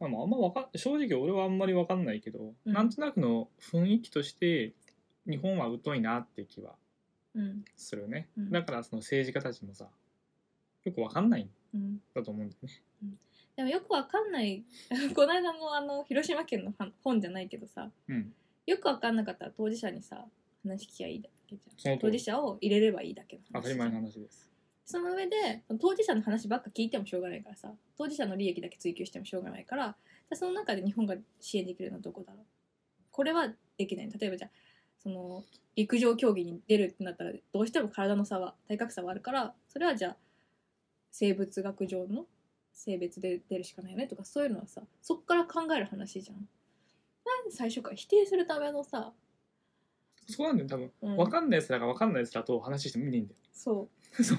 Speaker 1: まあまああんまわか正直俺はあんまりわかんないけど、
Speaker 2: うん
Speaker 1: なんとなくの雰囲気として日本は疎いなって気は
Speaker 2: うん
Speaker 1: するね、
Speaker 2: うん
Speaker 1: だからその政治家たちもさよくわかんないん
Speaker 2: うん
Speaker 1: だと思うんだよね
Speaker 2: でもよくわかんない この間のあの広島県の本本じゃないけどさ
Speaker 1: うん
Speaker 2: よくわかんなかったら当事者にさ話聞きゃいいだけじ
Speaker 1: そ
Speaker 2: ゃ
Speaker 1: の
Speaker 2: ん
Speaker 1: 通
Speaker 2: 当
Speaker 1: り
Speaker 2: 事者を入れればいいだけの
Speaker 1: 当
Speaker 2: 話
Speaker 1: たり前の話です
Speaker 2: その上で当事者の話ばっか聞いてもしょうがないからさ当事者の利益だけ追求してもしょうがないからじゃあその中で日本が支援できるのはどこだろうこれはできない例えばじゃあその陸上競技に出るってなったらどうしても体の差は体格差はあるからそれはじゃあ生物学上の性別で出るしかないよねとかそういうのはさそっから考える話じゃん。なんで最初から否定するためのさ、
Speaker 1: そうなんだよ多分、
Speaker 2: うん
Speaker 1: わかんない奴らがわかんない奴らと話してもいいんだよ
Speaker 2: そう
Speaker 1: そう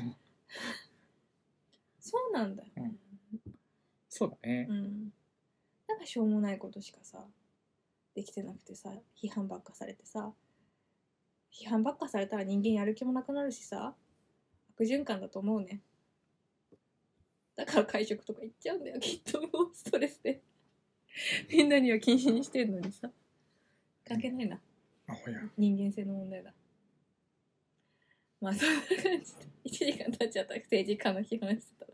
Speaker 2: そうなんだよ、ね
Speaker 1: そうだね、
Speaker 2: うん、なんかしょうもないことしかさできてなくてさ批判ばっかされてさ批判ばっかされたら人間やる気もなくなるしさ悪循環だと思うねだから会食とか行っちゃうんだよきっともうストレスでみんなには禁止にしてんのにさ関係ないな
Speaker 1: あほや
Speaker 2: 人間性の問題だまあそんな感じで1時間経っちゃった政治家の批判してたら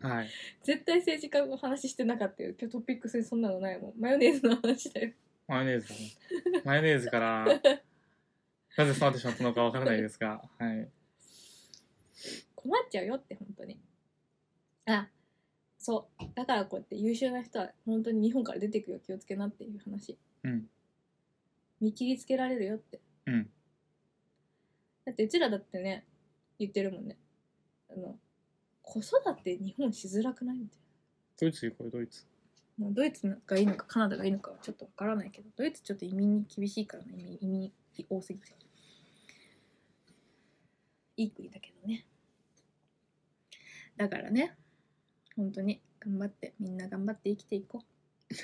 Speaker 1: はい
Speaker 2: 絶対政治家の話してなかったよ今日ト ピックスにそんなのないもんマヨネーズの話だよ
Speaker 1: マヨネーズだねマヨネーズからなぜそうなってしまったのかわからないですが、はい。
Speaker 2: 困っちゃうよって本当にあそうだからこうやって優秀な人は本当に日本から出てくよ気をつけなっていう話
Speaker 1: うん。
Speaker 2: 見切りつけられるよって
Speaker 1: うん。
Speaker 2: だってうちらだってね言ってるもんねあの子育て日本しづらくないみたい
Speaker 1: ドイツ行こうよ、ドイツ。
Speaker 2: な、まあ、ドイツがいいのかカナダがいいのかはちょっとわからないけどドイツちょっと移民に厳しいからね移民移民多すぎていい国だけどねだからね本当に頑張ってみんな頑張って生きていこう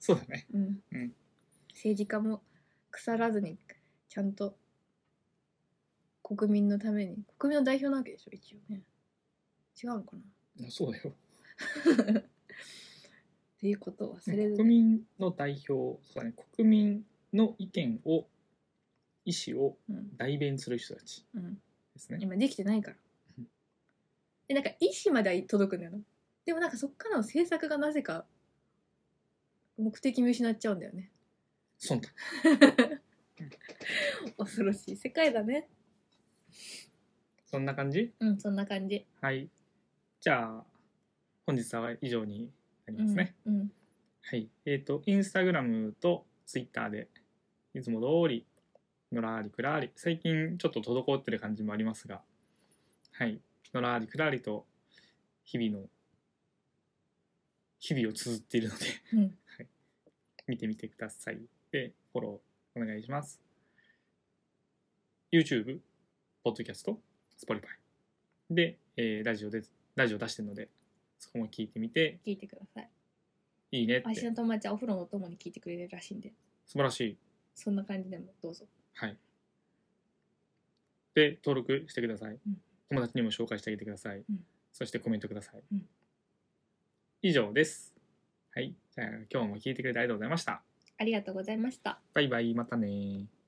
Speaker 1: そうだね。
Speaker 2: うん
Speaker 1: うん
Speaker 2: 政治家も腐らずにちゃんと国民のために国民の代表なわけでしょ一応ね違うのかな
Speaker 1: そうだよ。
Speaker 2: っていうことを忘れず
Speaker 1: 国民の代表、そうだね。国民の意見を、意思を
Speaker 2: うん
Speaker 1: 代弁する人たち
Speaker 2: うん、
Speaker 1: ですね。
Speaker 2: 今できてないから
Speaker 1: うん
Speaker 2: でなんか意思までは届くのよなでもなんかそっからの政策がなぜか目的見失っちゃうんだよね
Speaker 1: 忖度。
Speaker 2: 恐ろしい世界だね
Speaker 1: そんな感じ
Speaker 2: うんそんな感じ
Speaker 1: はい。じゃあ、本日は以上になりますね。
Speaker 2: うんうん
Speaker 1: はい。えっ、と、インスタグラムとツイッターで、いつも通り、のらーりくらーり、最近ちょっと滞ってる感じもありますが、はい。のらーりくらーりと、日々の、日々を綴っているので、
Speaker 2: うん
Speaker 1: はい。見てみてください。で、フォローお願いします。YouTube、Podcast、Spotify。で、えーラジオで、ラジオ出してるので、そこも聞いてみて、
Speaker 2: 聞いてください
Speaker 1: いいねって。
Speaker 2: 私の友達はお風呂のお供に聞いてくれるらしいんで
Speaker 1: 素晴らしい。
Speaker 2: そんな感じでもどうぞ。
Speaker 1: はい。で、登録してください。
Speaker 2: うん
Speaker 1: 友達にも紹介してあげてください。
Speaker 2: うん
Speaker 1: そしてコメントください。
Speaker 2: うん
Speaker 1: 以上です。はい。じゃあ、今日も聞いてくれてありがとうございました。
Speaker 2: ありがとうございました。
Speaker 1: バイバイ。またねー